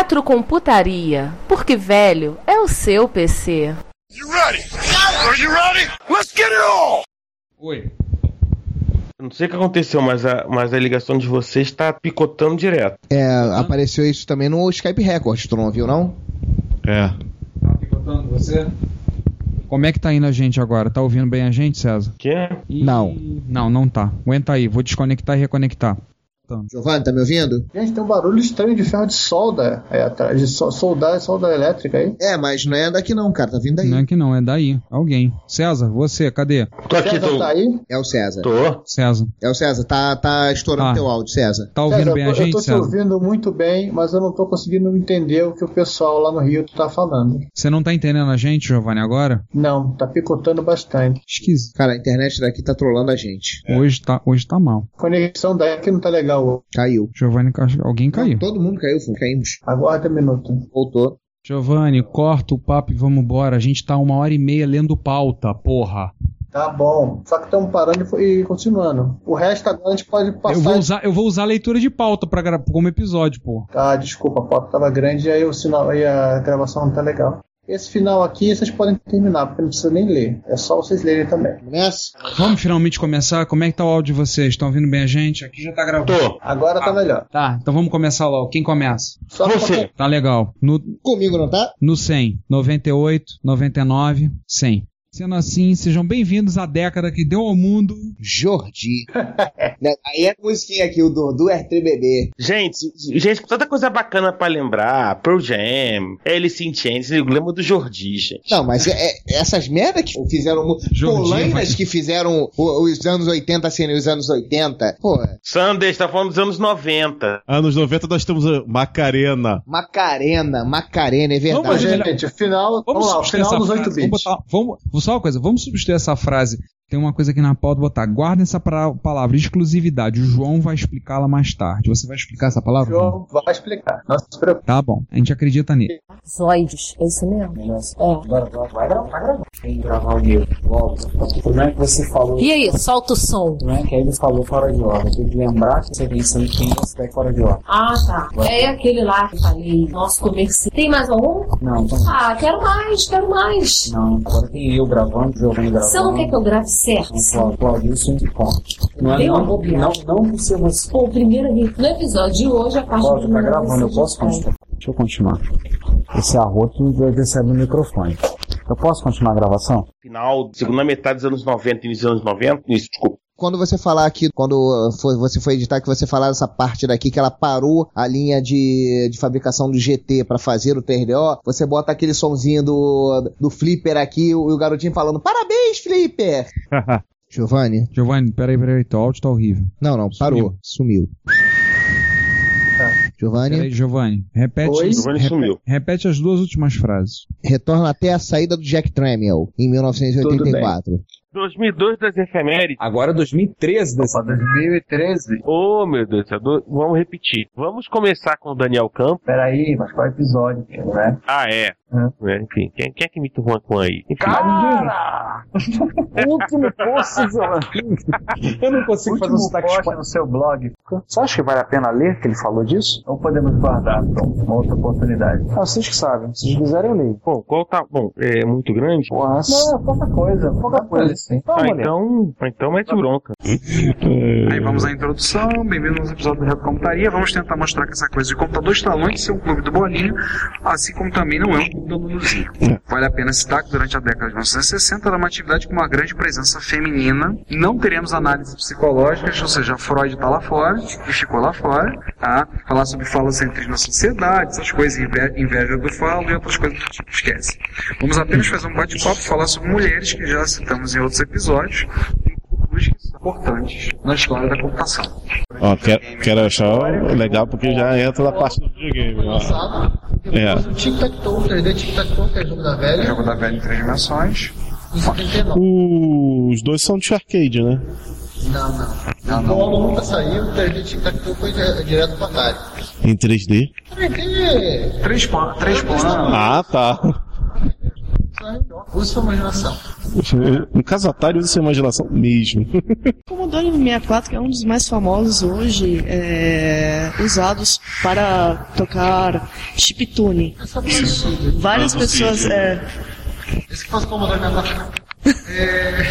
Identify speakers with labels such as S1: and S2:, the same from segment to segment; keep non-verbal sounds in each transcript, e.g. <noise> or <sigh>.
S1: Retrocomputaria, porque velho é o seu PC.
S2: You ready? Are you ready? Let's get it on!
S3: Oi. Eu não sei o que aconteceu, mas a, mas a ligação de vocês está picotando direto.
S4: É, apareceu isso também no Skype Records, tu não viu, não?
S5: É.
S6: Picotando você? Como é que tá indo a gente agora? Tá ouvindo bem a gente, César?
S3: Quê?
S6: Não. Não, não tá. Aguenta aí, vou desconectar e reconectar.
S4: Giovanni, tá me ouvindo?
S7: Gente, tem um barulho estranho de ferro de solda aí atrás, de so- soldar solda elétrica aí.
S4: É, mas não é daqui não, cara, tá vindo
S6: Não
S4: daí.
S6: é que não, é daí. Alguém. César, você, cadê?
S3: Tô aqui,
S7: César
S3: tô.
S7: tá aí?
S4: É o César.
S3: Tô.
S6: César.
S4: É o César, tá, tá estourando
S6: Ah.
S4: teu áudio, César.
S6: Tá ouvindo
S7: César,
S6: bem
S7: eu
S6: a
S7: tô- eu
S6: gente,
S7: tô te
S6: César?
S7: ouvindo muito bem, mas eu não tô conseguindo entender o que o pessoal lá no Rio tá falando.
S6: Você não tá entendendo a gente, Giovanni, agora?
S7: Não, tá picotando bastante.
S6: Esquisito.
S4: Cara, a internet daqui tá trolando a gente.
S7: É.
S6: Hoje, tá, hoje tá mal.
S7: A conexão daqui não tá legal. hoje.
S4: Caiu.
S6: Giovanni, ca- alguém caiu.
S4: Todo mundo caiu, fu- caímos.
S7: Aguarda um minuto.
S4: Voltou.
S6: Giovanni, corta o papo e vamos embora. A gente tá uma hora e meia lendo pauta, porra.
S7: Tá bom. Só que estamos parando e fo- e, continuando. O resto agora a gente pode passar.
S6: Eu vou, usar, eu vou usar a leitura de pauta pra, gra- como episódio, porra.
S7: Ah, desculpa, a foto tava grande e aí o sinal aí a gravação não tá legal. Esse final aqui vocês podem terminar, porque não precisa nem ler. É só vocês lerem também.
S4: Nessa?
S6: Vamos finalmente começar? Como é que tá o áudio de vocês? Estão ouvindo bem a gente? Aqui já tá gravando.
S3: Tô.
S7: Agora tá melhor.
S6: Tá, então vamos começar logo. Quem começa?
S7: Só
S3: Você.
S6: Tá legal. No,
S4: Comigo não tá?
S6: no 100, 98, 99, 100. Sendo assim, sejam bem-vindos à década que deu ao mundo.
S4: Jordi. <laughs> Né, Aí é a musiquinha aqui, o do, do R3BB.
S3: Gente, gente, com tanta coisa bacana pra lembrar, Pearl Jam, Alice in Chains, eu lembro do Jordi, gente.
S4: Não, mas é, é- essas merdas que fizeram. mu-
S6: Jordi,
S4: Polainas
S6: vai.
S4: que fizeram o- os anos 80 serem os anos 80. Pô,
S3: Sanders tá falando dos anos 90.
S5: Anos 90 nós temos a Macarena.
S4: Macarena, Macarena, é verdade.
S6: mas é melhor-
S7: gente, final. Vamos, lá, o
S6: substituir
S7: final
S6: essa
S7: dos
S6: frase.
S7: 8
S6: Vamos,
S7: bits.
S6: botar, vamos, vou só uma coisa, vamos substituir essa frase. Tem uma coisa aqui na pauta, botar. Guarda essa pra- palavra, exclusividade. O João vai explicá-la mais tarde. Você vai explicar essa
S7: O
S6: palavra?
S7: João vai explicar. Não se preocupe.
S6: Tá bom, a gente acredita nele.
S8: Zoides, é isso mesmo?
S9: Como é que você falou?
S10: E aí, solta o som.
S9: Como é que ele falou fora de ordem? Tem que lembrar que você pensando quem você vai fora de ordem.
S8: Ah, tá. É aquele lá que eu falei, nosso comerciante. Tem mais algum?
S9: Não, então,
S8: Ah, quero mais, quero mais.
S9: não. Agora tem eu gravando, Giovanni gravando.
S8: Você não quer que eu grave certo?
S9: Cla- Claudinho sempre conta. Não é
S8: Deu
S9: não,
S8: uma bobeada.
S9: não, não por ser você.
S8: Pô, primeira vez. No episódio de hoje, a parte
S9: Cláudio, tá
S8: primeira
S9: gravando, eu
S8: vez,
S9: posso
S8: tá?
S9: continuar. Deixa eu continuar. Esse arroto vai descer no microfone. Eu posso continuar a gravação?
S3: Final, segunda metade dos anos 90, início dos anos 90. Isso, desculpa.
S4: Quando você falar aqui, quando uh, for- você for editar, que você falar essa parte daqui que ela parou a linha de, de fabricação do GT pra fazer o 3DO, você bota aquele sonzinho do, do Flipper aqui e o, o garotinho falando: Parabéns, Flipper! Giovanni?
S6: Giovanni, peraí, peraí, teu áudio tá horrível.
S4: Não, não, parou, sumiu. Giovanni,
S6: Peraí, Giovanni, repete,
S7: Oi?
S3: Giovanni sumiu.
S6: repete as duas últimas frases.
S4: retorna até a saída do Jack Tramiel em 1984.
S3: 2002 das efemérides.
S9: Agora 2013 desse.
S7: 2013?
S3: Ô, meu Deus, do céu, do- vamos repetir. Vamos começar com o Daniel Campos.
S7: Peraí, mas
S9: é
S7: qual episódio, né?
S3: Ah, é. É, enfim, quem, quem é que imita o Juan Juan aí? Enfim,
S7: <laughs>
S9: Cara! Último post, Giovanni. Eu não consigo fazer um
S7: Último
S9: sotaque
S7: post
S9: espanhol.
S7: no seu blog.
S9: Você acha que vale a pena ler que ele falou disso?
S7: Ou podemos guardar para uma outra oportunidade?
S9: Ah, vocês que sabem. Se vocês quiserem, eu leio.
S3: Bom, qual tá. Bom, é muito grande?
S9: Porra, tá.
S7: Não, é pouca coisa. Pouca coisa.
S11: isso aí.
S3: Ah, então, então mete bronca.
S6: Aí vamos à introdução, bem-vindos ao episódio do Reto Computaria. Vamos tentar mostrar que essa coisa de computador está longe de ser um clube do bolinho, assim como também não é um clube do alunozinho. Vale a pena citar que durante a década de 1960 era uma atividade com uma grande presença feminina. Não teremos análises psicológicas, ou seja, Freud está lá fora e ficou lá fora. Tá? Falar sobre falocentrismo na sociedade, essas coisas, inve- inveja do falo e outras coisas do tipo, esquece. Vamos apenas fazer um bate-papo e falar sobre mulheres que já citamos em outros episódios importantes na história da computação.
S12: Ó, quero, quero achar legal porque já entra na parte do videogame. ó. É.
S7: O tic-tac-toe, 3D tic-tac-toe, que é jogo da velha.
S6: Jogo da velha em três dimensões.
S7: Em 79.
S12: Os dois são de arcade, né?
S7: Não, não. o Polo nunca saiu, o 3D tic-tac-toe foi di- direto pra Atari. é?
S12: Em 3D.
S6: Três pontos. Três pontos.
S12: Ah, tá.
S7: Usa sua imaginação.
S12: No caso Atari, é, um usa sua imaginação mesmo.
S4: Commodore 64 é um dos mais famosos hoje, é, usados para tocar chiptune. Várias pessoas. é,
S7: Esse que faz o Commodore 64. É...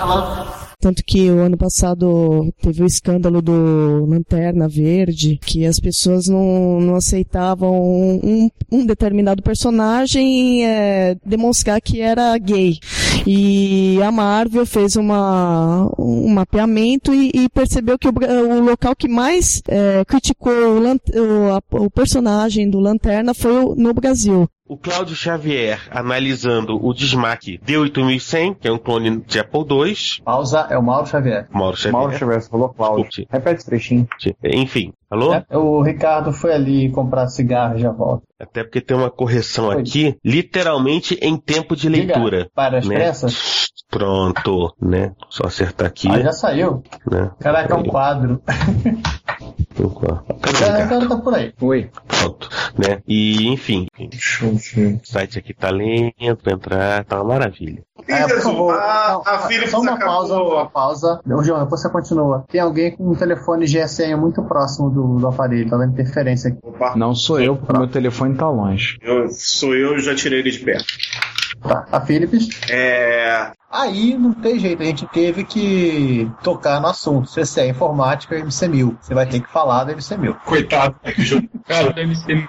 S7: Ela...
S4: tanto que o ano passado teve o escândalo do Lanterna Verde, que as pessoas não, não aceitavam um, um determinado personagem é, demonstrar que era gay. E a Marvel fez uma, um mapeamento e, e percebeu que o, Bra- o local que mais é, criticou o, lan- o, a- o personagem do Lanterna foi o- no Brasil.
S3: O Cláudio Xavier, analisando o Dismac D8100, que é um clone de Apple II.
S7: Pausa, é o Mauro Xavier.
S3: Mauro Xavier.
S7: Mauro Xavier,
S3: falou Cláudio.
S7: Repete trechinho.
S3: Enfim, alô?
S7: É O Ricardo foi ali comprar cigarro e já volta.
S3: Até porque tem uma correção aqui, literalmente em tempo de leitura.
S7: para as
S3: né?
S7: pressas?
S3: Pronto, né? Só acertar aqui.
S7: Ah, já saiu.
S3: Né? um
S7: Caraca, é um quadro.
S3: Vamos lá.
S7: O Ricardo tá por aí. Oi.
S3: Pronto, um né? E enfim. O site aqui tá lento pra entrar, tá uma maravilha.
S7: É, por favor. Não, só uma pausa, uma pausa. Ô, João, depois você continua. Tem alguém com um telefone GSM muito próximo do, do aparelho, tá dando interferência aqui.
S6: Não sou eu, porque meu telefone tá longe.
S13: Eu, sou eu, já tirei ele de perto.
S7: Tá, a Philips.
S13: É.
S7: Aí não tem jeito, a gente teve que tocar no assunto. Se você é informática, MC1000. Você vai ter que falar do MC1000.
S13: Coitado. né, Cara, deve ser.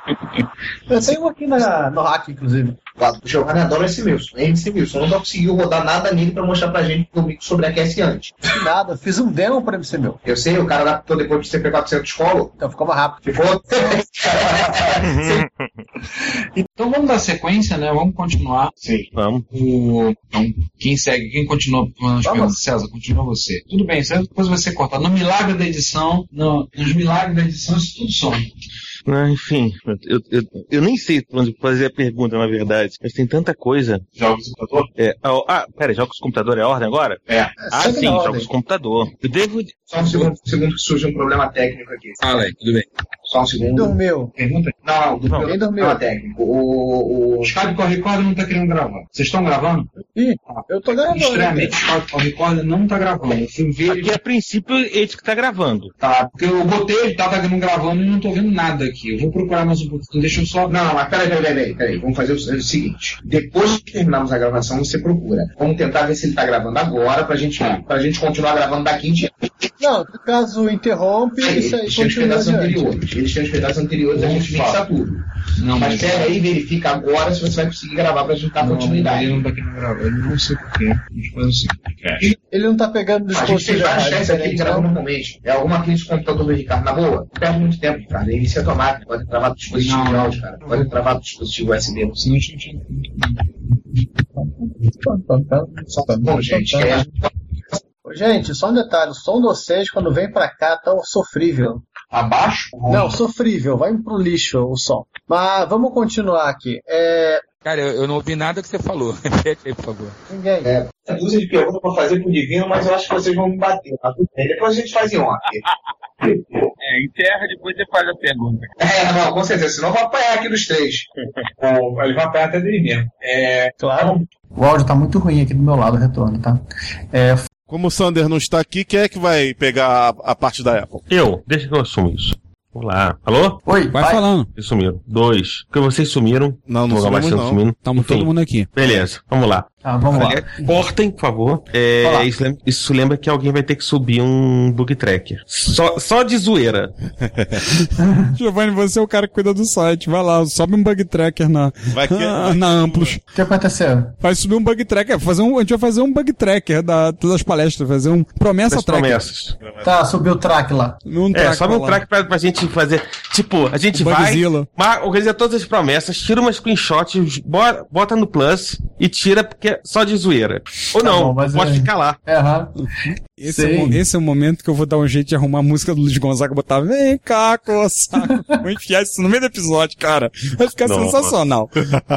S7: Eu tenho um aqui na, no hack, inclusive.
S9: O Giovanni adora esse é Wilson. Esse Wilson nunca conseguiu rodar nada nele pra mostrar pra gente que o micro sobreaquece antes.
S7: Nada, fiz um demo pra MC meu.
S9: Eu sei, o cara adaptou depois de CP400 colo.
S7: Então ficou mais rápido. <laughs>
S9: Ficou?
S6: Então vamos dar sequência, né? Vamos continuar. Sim.
S3: Vamos.
S6: Então, quem segue, quem continua as perguntas, César, continua você. Tudo bem, César, depois vai ser cortado. No milagre da edição, no- nos milagres da edição, isso tudo some.
S3: Ah, enfim, eu, eu, eu nem sei onde fazer a pergunta, na verdade, mas tem tanta coisa.
S13: Jogos de computador?
S3: É, ah, ah, pera, jogos de computador é a ordem agora?
S13: É.
S3: Ah,
S9: Segue
S3: sim,
S9: na ordem.
S3: jogos de computador. Eu devo.
S9: Só um segundo, um segundo que surge um problema técnico aqui.
S6: Fala aí, tudo bem.
S9: Só um segundo.
S7: Dormiu.
S6: Pergunta?
S9: Não, não, não. Problema técnico. O, o...
S6: O Skype com a Record não tá querendo gravar. Vocês estão gravando?
S7: Ih, eu tô gravando.
S6: Estranhamente, o Skype com a Record não tá gravando. Eu fui ver
S3: Aqui é a princípio ele que tá gravando.
S6: Tá, porque eu botei, ele tá tá não gravando e não tô vendo nada aqui. Eu vou procurar mais um pouquinho, deixa eu só.
S9: Não, não, mas peraí, peraí, peraí, peraí. Vamos fazer o o seguinte. Depois que terminarmos a gravação, você procura. Vamos tentar ver se ele tá gravando agora pra gente, pra gente continuar gravando daqui em diante.
S7: Não, caso interrompe, isso aí
S9: Eles têm os
S7: continua
S9: pedaços
S7: adiante.
S9: anteriores. Eles têm os pedaços anteriores, então a gente mixa tudo.
S6: Não,
S9: mas
S6: mas-
S9: pega aí e verifica agora se você vai conseguir gravar pra gente dar continuidade.
S6: Ele não tá querendo gravar, eu não sei porquê. A gente faz o seguinte.
S7: Ele não tá pegando né?
S9: A gente
S7: discurso
S9: fez
S7: de
S9: vários
S7: rádio
S9: testes aqui
S7: diferente,
S9: gravando
S7: não.
S9: normalmente. É alguma crise com o computador do Ricardo. Na boa, não perde muito tempo, Ricardo. Inicia tua máquina, pode travar do dispositivo de áudio, cara. Pode travar do dispositivo USB.
S7: Então,
S9: Bom, gente, é.
S7: Ô, Gente, só um detalhe, o som de vocês quando vem pra cá tá sofrível.
S6: Abaixo?
S7: Não, sofrível, vai pro lixo o som. Mas vamos continuar aqui. É,
S14: Cara, eu, eu não ouvi nada que você falou. <laughs> Repete aí, por favor.
S7: ninguém.
S9: É, essa dúzia de perguntas pra fazer pro Divino, mas eu acho que vocês vão me bater. Tá tudo bem. Depois a gente faz em ontem.
S13: É, enterra, depois você faz a pergunta.
S9: É, não, com certeza, senão eu vou apanhar aqui
S13: <laughs>
S9: dos três.
S13: Bom, ele vai apanhar até dele mesmo. É.
S7: Claro. O áudio tá muito ruim aqui do meu lado, o retorno, tá? É,
S12: Como o Sander não está aqui, quem é que vai pegar a, a parte da Apple?
S3: Eu, deixa que eu assumo isso. Vamos lá. Alô?
S7: Oi,
S12: vai vai. falando.
S3: Vocês sumiram. Dois. Porque vocês sumiram.
S12: não
S3: Nunca mais
S12: sumimos,
S3: vocês
S12: não.
S3: sumiram.
S12: Tamo todo
S3: Enfim.
S14: mundo aqui.
S3: Beleza, vamos lá.
S15: Tá,
S3: Ah, vamos Aliás, lá. Cortem, por favor. É, isso, lembra, isso lembra que alguém vai ter que subir um bug tracker. Só, só de zoeira.
S15: Giovanni, você é o cara que cuida do site. Vai lá, sobe um bug tracker na,
S3: Vai que- né?
S15: ah, na Amplos.
S7: O que aconteceu?
S15: Vai subir um bug tracker. Fazer um, a gente vai fazer um bug tracker da, das palestras, fazer um promessa
S3: Das
S15: tracker.
S3: promessas.
S7: Tá, subiu o track lá.
S15: Um
S3: É,
S15: tracker
S3: sobe um
S15: lá.
S3: track pra, pra gente fazer. Tipo, a gente
S15: O
S3: vai,
S15: Bugzilla.
S3: mar- organiza todas as promessas, tira uma screenshot, bota, bota no Plus e tira porque é só de zoeira. Ou não,
S15: bom, mas
S3: pode
S15: é-
S3: ficar lá.
S15: Esse é, o, mo-
S3: Sim.
S15: esse é o momento que eu vou dar um jeito de arrumar a música do Luiz Gonzaga e botar Vem cá,
S12: <laughs>
S15: coçaco. Vou enfiar isso no meio do episódio, cara. Vai ficar
S6: Nossa.
S15: sensacional.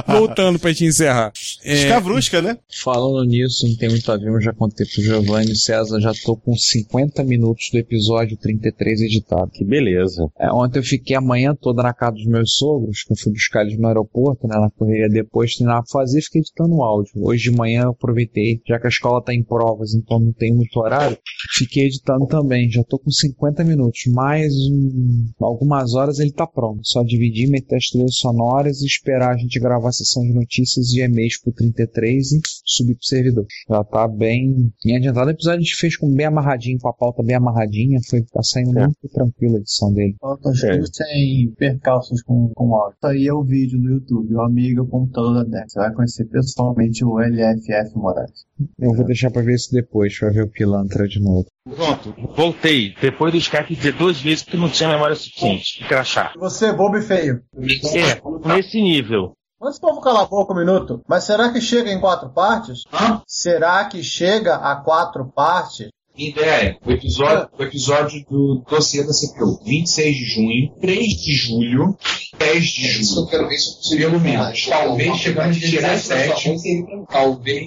S15: Voltando pra gente encerrar.
S12: É
S6: Escavrusca, né? Falando nisso, não tem muito a ver, mas já contei pro Giovanni. César, já tô com 50 minutos do episódio 33 editado.
S3: Que beleza.
S6: É, ontem eu fiquei a manhã toda na casa dos meus sogros, que eu fui buscar eles no aeroporto, né, na correria depois, treinar pra fazer, fiquei editando o áudio. Hoje de manhã eu aproveitei, já que a escola tá em provas, então não tem muito horário, fiquei editando também. Já tô com 50 minutos, mais um- algumas horas ele tá pronto. Só dividir, meter as trilhas sonoras e esperar a gente gravar a sessão de notícias e e-mails pro 33 e subir pro servidor. Já tá bem, bem adiantado. O episódio a gente fez com bem amarradinho, com a pauta bem amarradinha, foi, tá saindo muito tranquilo a edição dele.
S7: Faltam estudos sem percalços com, com áudio. Isso aí é o vídeo no YouTube, o amigo computador da NET. Você vai conhecer pessoalmente o LFF Moraes.
S6: Eu vou deixar pra ver isso depois, pra ver o pilantra de novo.
S3: Pronto, voltei. Depois do Skype dizer duas vezes que não tinha memória suficiente. Crachá.
S7: Você é bobo e feio.
S3: É, nesse nível.
S7: Antes do povo calar a boca um minuto, mas será que chega em quatro partes? Será que chega a quatro partes?
S2: Minha ideia é o episódio, o episódio do dossiê da CPU, 26 de junho, 3 de julho, 10 de julho. Isso eu quero ver se eu consigo. Pelo menos. Talvez chegando a tirar 7. um Talvez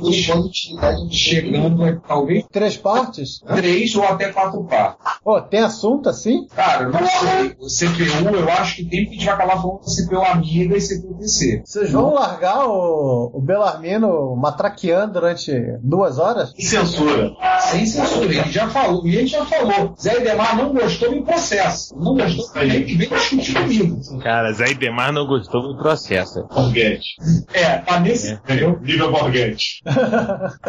S2: chegando a. Talvez.
S7: Três partes?
S2: Três ou até quatro partes.
S7: Pô, tem assunto assim?
S2: Cara, eu não sei. O CPU, eu acho que tem que a gente vai acabar falando do CPU amiga e CPU PC.
S7: Vocês vão largar o, o Belarmino matraqueando durante duas horas? <laughs>
S2: E censura. Sem censura, ele já falou, e ele já falou. Zé Idemar não gostou, me processa. Não gostou, ele vem discutir comigo.
S3: Cara, Zé Idemar não gostou do processo.
S2: Borghetti. É, tá nesse. Entendeu? Nível Borghetti.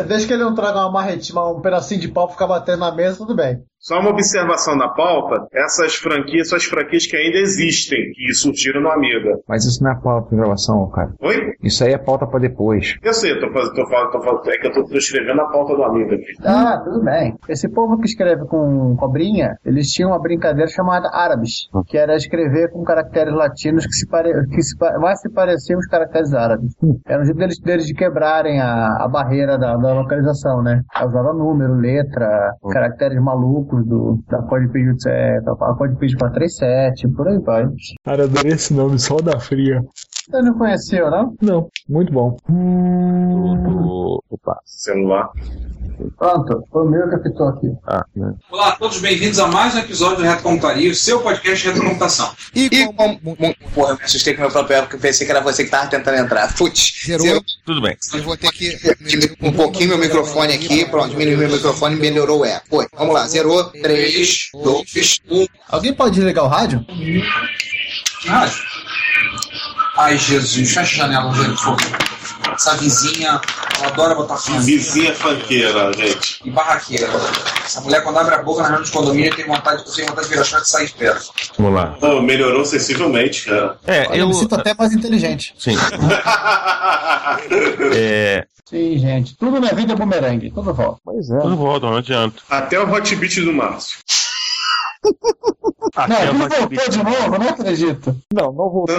S7: Desde que ele não traga uma marretinha, um pedacinho de pau pra ficar batendo na mesa, tudo bem.
S9: Só uma observação da pauta, essas franquias são as franquias que ainda existem, que surgiram no Amiga.
S6: Mas isso não é pauta pra gravação, cara.
S9: Oi?
S6: Isso aí é pauta pra depois.
S9: Eu sei, eu tô fazendo, tô falando, tô falando, é que eu tô transcrevendo a pauta do Amiga aqui.
S6: Hum.
S7: Ah, tudo bem. Esse povo que escreve com cobrinha, eles tinham uma brincadeira chamada árabes, que era escrever com caracteres latinos que, se pare... que se pa- mais se pareciam os caracteres árabes.
S6: Hum.
S7: Era um jeito deles, deles de quebrarem a, a barreira da, da localização, né? Aí Usava número, letra,
S6: Hum.
S7: caracteres malucos do, da Código Pedido a Código Pedido 437, por aí vai.
S6: Cara, eu adorei esse nome, Sol da Fria.
S7: Você não conheceu, não?
S6: Não, muito bom.
S3: Opa.
S9: Celular.
S7: Pronto, foi o meu que apitou aqui.
S3: Ah, né?
S16: Olá, todos bem-vindos a mais um episódio do Reto Computaria, o seu podcast de retrocomputação.
S17: E, como... Porra, eu me assustei com o meu próprio erro, porque eu pensei que era você que tava tentando entrar. Putz, zerou.
S3: Tudo bem.
S17: Eu vou ter que diminuir um pouquinho meu microfone aqui. Pronto, diminui meu microfone e melhorou o eco. Foi, vamos lá. Zerou. 3, 2, 1.
S7: Alguém pode desligar o rádio?
S16: Ai. Ai, Jesus, fecha a janela, gente, por favor. Essa vizinha, ela adora botar fã.
S9: Vizinha funkeira, gente.
S16: E barraqueira. Essa mulher, quando abre a boca na reunião de condomínio, tem vontade, tem vontade de virar chá e sair de perto.
S3: Vamos lá.
S9: Não, melhorou sensivelmente, cara.
S3: É, eu.
S7: mais inteligente. <laughs>
S3: Sim. é.
S7: Sim, gente. Tudo na vida é bumerangue. Tudo volta.
S3: Pois é. Tudo volta, não adianta.
S9: <laughs> Até o Hotbit do Márcio.
S7: Não,
S3: é
S7: ele voltou de novo, eu não acredito.
S6: Não, não
S9: voltou.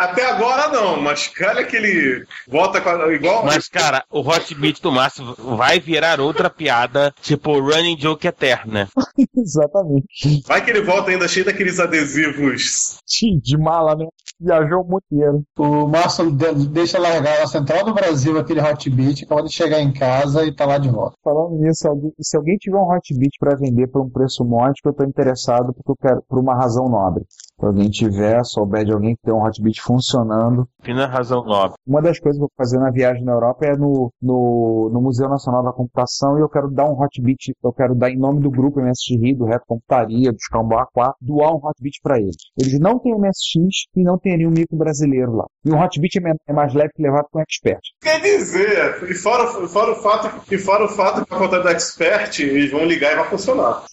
S9: Até agora não, mas olha que ele volta com a- igual.
S3: Mas, cara, o hot beat do Márcio vai virar outra piada, tipo running joke eterna.
S6: Exatamente.
S9: Vai que ele volta ainda cheio daqueles adesivos.
S6: Sim, de mala, né? Viajou o mundo inteiro.
S7: O Márcio de- deixa largar a central do Brasil, aquele hot beat, acabou de chegar em casa e tá lá de volta.
S6: Falando nisso, alguém- se alguém tiver um hotbit pra vender por um preço módico, eu tô interessado porque eu quero, por uma razão nobre. Se alguém tiver, souber de alguém que tem um hotbit funcionando,
S3: Pina razão nova.
S6: Uma das coisas que eu vou fazer na viagem na Europa é no, no, no Museu Nacional da Computação e eu quero dar um hotbit, eu quero dar em nome do grupo MSX Rio, do Reto Computaria, do Escambau A4, doar um hotbit para eles. Eles não têm MSX e não
S2: teria um mico brasileiro lá.
S6: um
S2: E o Hotbit é men- é mais leve que levado com expert.
S9: Quer dizer, e fora, o- fora o fato, e fora o fato que a vontade do expert, eles vão ligar e vai funcionar.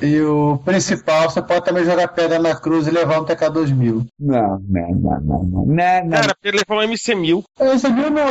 S7: E o principal, você pode também jogar pedra na cruz e levar um TK2000.
S2: Não, não, não, não. não. Né, né?
S3: Cara, ele levou um MC1000.
S7: O MC1000 não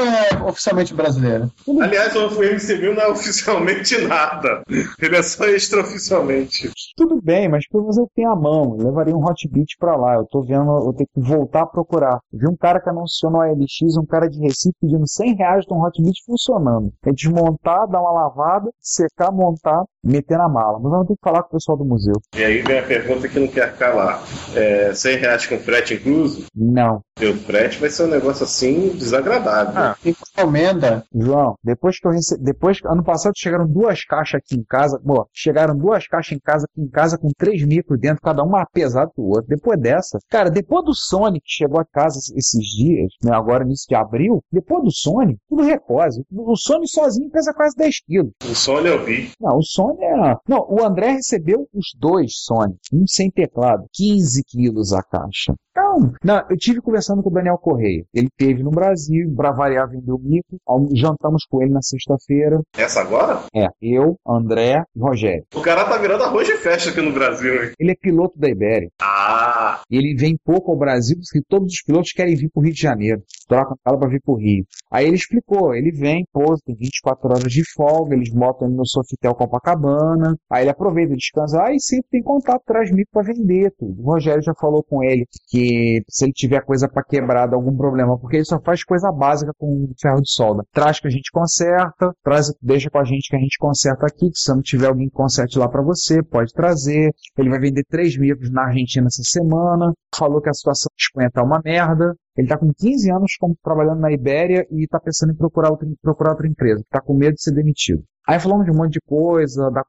S7: é oficialmente brasileiro.
S9: Aliás, o MC1000 não é oficialmente nada. Ele é só extraoficialmente.
S2: Tudo bem, mas pelo menos eu tenho a mão. Eu levaria um Hotbit pra lá. Eu tô vendo, eu tenho que voltar a procurar. Eu Vi um cara que anunciou no OLX, um cara de Recife pedindo 100 reais de um Hotbit funcionando. É desmontar, dar uma lavada, secar, montar, meter na mala. Mas eu vou ter que falar com o pessoal do museu.
S9: E aí vem a pergunta que não quer calar. É, 100 reais com frete incluso?
S2: Não.
S9: Teu frete vai ser um negócio assim desagradável.
S7: Ah. Encomenda.
S2: João, depois que eu recebi. Depois, ano passado chegaram duas caixas aqui em casa. Bom, chegaram duas caixas em casa, aqui em casa, com três micros dentro, cada uma mais pesada que o outro. Depois dessa, cara, depois do Sony que chegou a casa esses dias, né, agora início de abril, depois do Sony, tudo recose. O Sony sozinho pesa quase 10 quilos.
S9: O Sony eu vi.
S2: Não, o Sony é. Não, o André recebeu os dois Sony, um sem teclado, 15 quilos a caixa. Calma. Não, eu tive conversando com o Daniel Correia. Ele teve no Brasil, pra variar, vendeu mico. Almo- Jantamos com ele na sexta-feira.
S9: Essa agora?
S2: É, eu, André e Rogério.
S9: O cara tá virando arroz de festa aqui no Brasil, hein?
S2: Ele é piloto da Ibéria.
S9: Ah!
S2: E ele vem pouco ao Brasil porque todos os pilotos querem vir para o Rio de Janeiro. Trocam ela para vir para o Rio. Aí ele explicou: ele vem, pousa, tem 24 horas de folga, eles botam ele no Sofitel Copacabana. Aí ele aproveita, descansa lá e sempre tem contato, traz mico para vender tudo. O Rogério já falou com ele que se ele tiver coisa para quebrar, dá algum problema, porque ele só faz coisa básica com ferro de solda. Traz que a gente conserta, traz, deixa com a gente que a gente conserta aqui, que se não tiver alguém que conserte lá para você, pode trazer. Ele vai vender três micros na Argentina essa semana. Falou que a situação da Espanha tá uma merda. Ele tá com 15 anos como- trabalhando na Ibéria e tá pensando em procurar outra, procurar outra empresa, que tá com medo de ser demitido. Aí falamos de um monte de coisa, da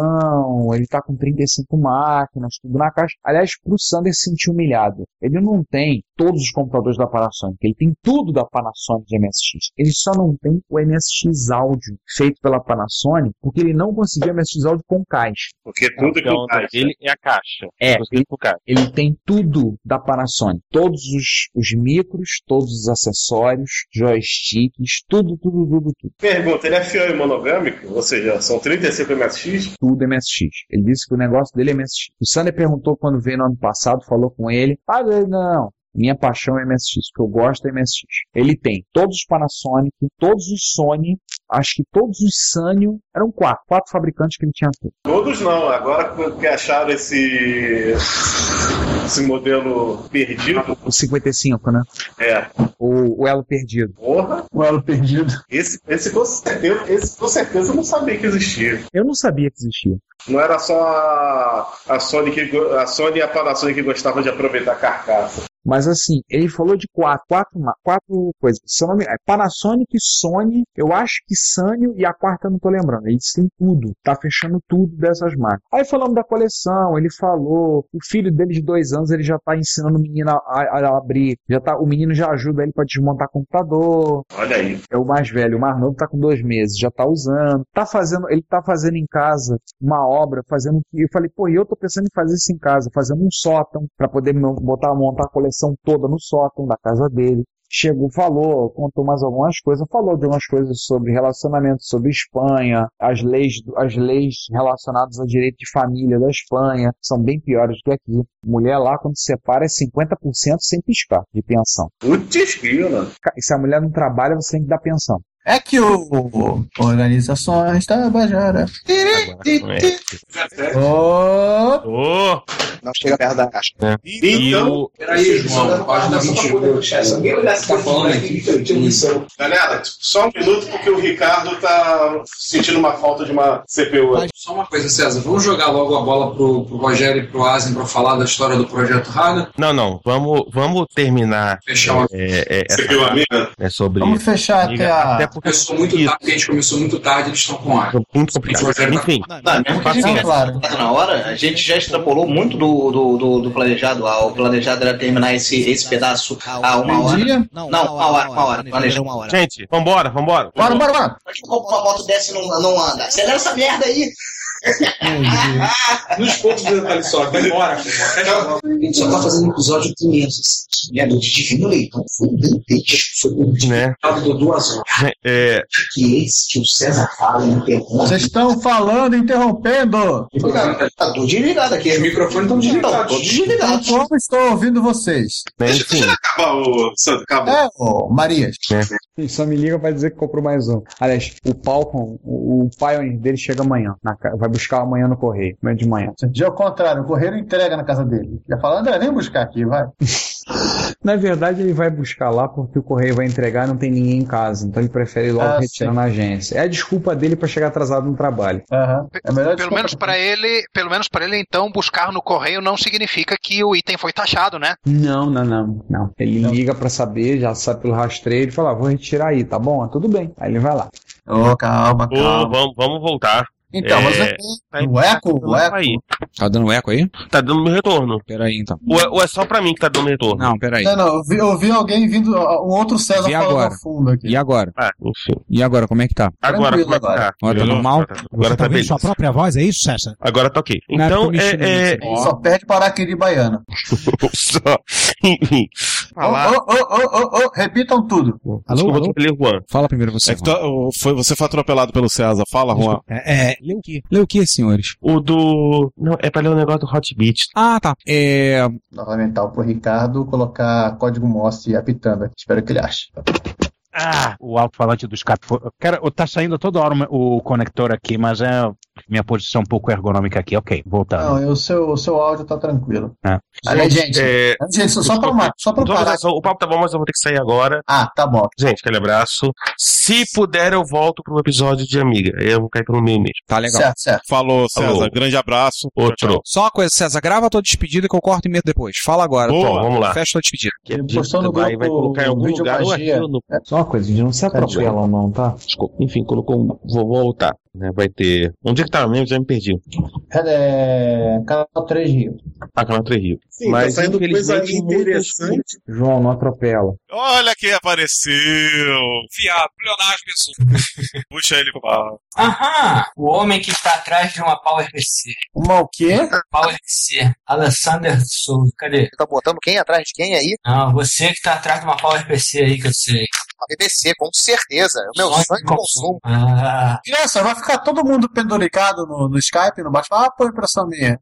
S2: coleção, ele tá com 35 máquinas, tudo na caixa. Aliás, pro Sander se sentir humilhado. Ele não tem todos os computadores da Panasonic, ele tem tudo da Panasonic de MSX. Ele só não tem o MSX áudio feito pela Panasonic, porque ele não conseguiu MSX áudio com caixa.
S3: Porque tudo que o caixa dele é a caixa.
S2: É,
S3: Inclusive pro caixa.
S2: ele tem tudo da Panasonic. Todos os, os micros, todos os acessórios, joysticks, tudo, tudo, tudo, tudo.
S9: Pergunta, ele é fiel e monogâmico? Ou seja, são 35 MSX?
S2: Tudo MSX. Ele disse que o negócio dele é MSX. O Sander perguntou quando veio no ano passado, falou com ele. Ah, não, não. Minha paixão é MSX, o que eu gosto é MSX. Ele tem todos os Panasonic, todos os Sony, acho que todos os Sanyo, eram quatro, quatro fabricantes que ele tinha tudo.
S9: Todos não, agora que acharam esse. esse modelo perdido.
S2: O 55, né?
S9: É.
S2: O, o elo perdido.
S9: Porra!
S7: O elo perdido.
S9: Esse, esse, com certeza, esse com certeza eu não sabia que existia.
S2: Eu não sabia que existia.
S9: Não era só a, a Sony que go- a Sony e a Panasonic que gostavam de aproveitar a carcaça.
S2: Mas assim, ele falou de quatro, quatro, ma- quatro coisas. Se eu não me- é Panasonic, Sony, eu acho que Sanyo e a quarta eu não tô lembrando. Ele disse tem tudo, tá fechando tudo dessas marcas. Aí falamos da coleção, ele falou, o filho dele de dois anos, ele já tá ensinando o menino a, a- a abrir, já tá, o menino já ajuda ele para desmontar computador.
S9: Olha aí.
S2: É o mais velho, o mais novo tá com dois meses, já tá usando, tá fazendo, ele tá fazendo em casa uma obra, fazendo, eu falei, pô, e eu tô pensando em fazer isso em casa, fazendo um sótão, pra poder mo- botar, montar a coleção toda no sótão da casa dele. Chegou, falou, contou mais algumas coisas, falou de algumas coisas sobre relacionamento, sobre Espanha, as leis, do- as leis relacionadas ao direito de família da Espanha são bem piores do que aqui. Mulher lá, quando se separa, é 50% sem piscar de pensão.
S9: Putz, grila.
S2: Ca- E se a mulher não trabalha, você tem que dar pensão.
S7: É que o tá Organizações Tabajara. Ô!
S18: Não chega perto da caixa.
S9: Então,
S18: peraí, João, página 22. Tá falando aqui.
S9: Galera, só um minuto porque o Ricardo tá sentindo uma falta de uma CPU.
S19: Só uma coisa, César. Vamos jogar logo a bola pro, pro Rogério e pro Asen pra falar da história do projeto Rada.
S3: Não, não. Vamos, vamos terminar.
S19: Fechar
S3: é, é,
S19: Você
S3: essa
S19: viu a
S3: parte,
S19: amiga?
S3: né, sobre
S19: Vamos
S7: fechar
S3: até a- até porque- é
S19: começou muito tarde, a gente começou muito tarde, eles estão com ar.
S3: Muito complicado. Enfim.
S20: Não, mesmo que a gente claro. na hora, a gente já extrapolou muito do, do, do, do planejado. Ah, O planejado era terminar esse, esse pedaço a um. uma hora. Não, uma hora, uma hora. Planejado uma hora.
S3: Gente, vambora, vambora.
S20: Bora, bora, bora. Mas como a moto desce e não, não anda? Acelera essa merda aí.
S21: Nos poucos detalhes só, vai embora. cara.
S22: A gente só tá fazendo episódio de meses. E a noite de Divino Leitão "Então, foi dantesco. Foi um
S3: né?
S22: de duas horas.
S3: É,
S22: Que esse que o César fala interrompe.
S7: Vocês estão falando, interrompendo.
S22: Cara, Tá tudo desligado aqui. Os microfones estão desligados. Todos desligados.
S7: Como estou ouvindo vocês?
S3: Deixa,
S23: deixa acabar o. Sandro,
S22: Tá
S23: acabou.
S7: É, ô, Marias.
S2: Ele só me liga pra dizer que comprou mais um. Aliás, o Falcon, o, o Pioneer dele chega amanhã. na ca- vai buscar amanhã no correio. Amanhã de manhã.
S7: Já ao contrário, o correio entrega na casa dele. Já fala, André, vem buscar aqui, vai.
S2: Na verdade, ele vai buscar lá porque o correio vai entregar e não tem ninguém em casa. Então ele prefere logo
S7: Ah,
S2: retirar
S7: sim.
S2: na agência. É a desculpa dele pra chegar atrasado no trabalho.
S7: É melhor
S12: Pelo menos para ele, pelo menos para ele então buscar no correio não significa que o item foi taxado, né?
S2: Não, não, não, não. Ele liga pra saber, já sabe pelo rastreio, ele fala, "Ah, vou retirar aí, tá bom? Ah, Tudo bem. Aí ele vai lá.
S7: Ô, calma,
S3: Ô, vamos, vamos voltar.
S2: Então, mas
S12: é,
S7: é, o eco,
S3: o eco. Aí.
S2: Tá dando eco aí?
S3: Tá dando meu retorno.
S2: Peraí, então.
S3: Ou é, ou é só pra mim que tá dando retorno?
S2: Não, peraí.
S7: Não, não, eu vi, eu vi alguém vindo, ó, um outro César
S2: E
S7: falando
S2: agora?
S7: ao fundo aqui.
S2: E agora? E agora, como é que tá?
S3: Ah, Agora,
S7: Tranquilo
S3: como é que
S7: agora.
S3: tá?
S2: Agora tá
S3: Melhorou?
S2: normal?
S3: Agora tá
S24: Sua
S3: beleza.
S24: própria voz, é isso, César?
S3: Agora tá ok.
S24: Na
S3: Então,
S24: época eu mexi
S3: é. é...
S7: Ele só perde para aquele baiano.
S3: <laughs> só. Enfim.
S12: Tá
S7: Ô, ô, ô, ô, ô, ô, repitam tudo.
S3: Desculpa, alô? Juan.
S2: Fala primeiro você.
S9: É que tá- o- foi, você foi atropelado pelo César. Fala, Juan.
S2: É, é, leu o quê? Leu o quê, senhores?
S3: O do. Não, é pra ler o negócio do Hot Beat.
S2: Ah, tá. É.
S7: Fundamental pro Ricardo colocar código Morse apitando. aqui. Espero que ele ache.
S6: Ah, o alto-falante do escape. foi- Cara, eu- tá saindo toda hora o o conector aqui, mas é minha posição um pouco ergonômica aqui. Ok, voltando.
S7: Não, e o seu, o seu áudio tá tranquilo.
S6: Ah.
S7: Aliás, gente,
S3: É,
S7: gente, só- só pra,
S3: desculpa.
S7: uma- só pra
S3: Então,
S7: parar.
S3: mas, O papo tá bom, mas eu vou ter que sair agora.
S7: Ah, tá bom.
S3: Gente, aquele abraço. Se puder, eu volto pro episódio de Amiga. Eu vou cair pelo meio mesmo.
S2: Tá legal. Certo, certo.
S9: Falou, César.
S3: Falou.
S9: Grande abraço.
S3: Outro.
S2: Só uma coisa, César, grava a tua despedida que eu corto e meto depois. Fala agora.
S3: Boa.
S2: Tom.
S3: Então, Vamos lá.
S2: Fecha a tua despedida.
S3: Ele postou no Vai- grupo vai colocar em algum Vídeo lugar ou Magia. aqui ou no-
S2: Só uma coisa, gente, não se atropela não, tá?
S3: Desculpa. Enfim, colocou um. Vou voltar. Né? Vai ter. Onde é que tá mesmo? Já me perdi.
S7: É, canal 3 Rio.
S3: Ah, Canal 3 Rio.
S23: Sim, tá saindo coisa
S3: infelizmente, muitas-
S23: interessante.
S2: João, não atropela.
S9: Olha quem apareceu.
S25: Viado, pleonasmo, pessoa.
S9: <laughs> Puxa ele pra.
S25: Aham, o homem que está atrás de uma Power PC.
S7: Uma o quê?
S25: Power PC. Alexander Souza, cadê?
S22: Tá botando quem atrás de quem aí?
S25: Não, você que
S26: tá
S25: está atrás de uma Power PC aí que eu sei.
S22: A BBC, com certeza. É o meu sonho de consumo.
S25: Ah.
S7: Criança, vai ficar todo mundo penduricado no, no Skype, no bate-papo, Ah, impressão minha.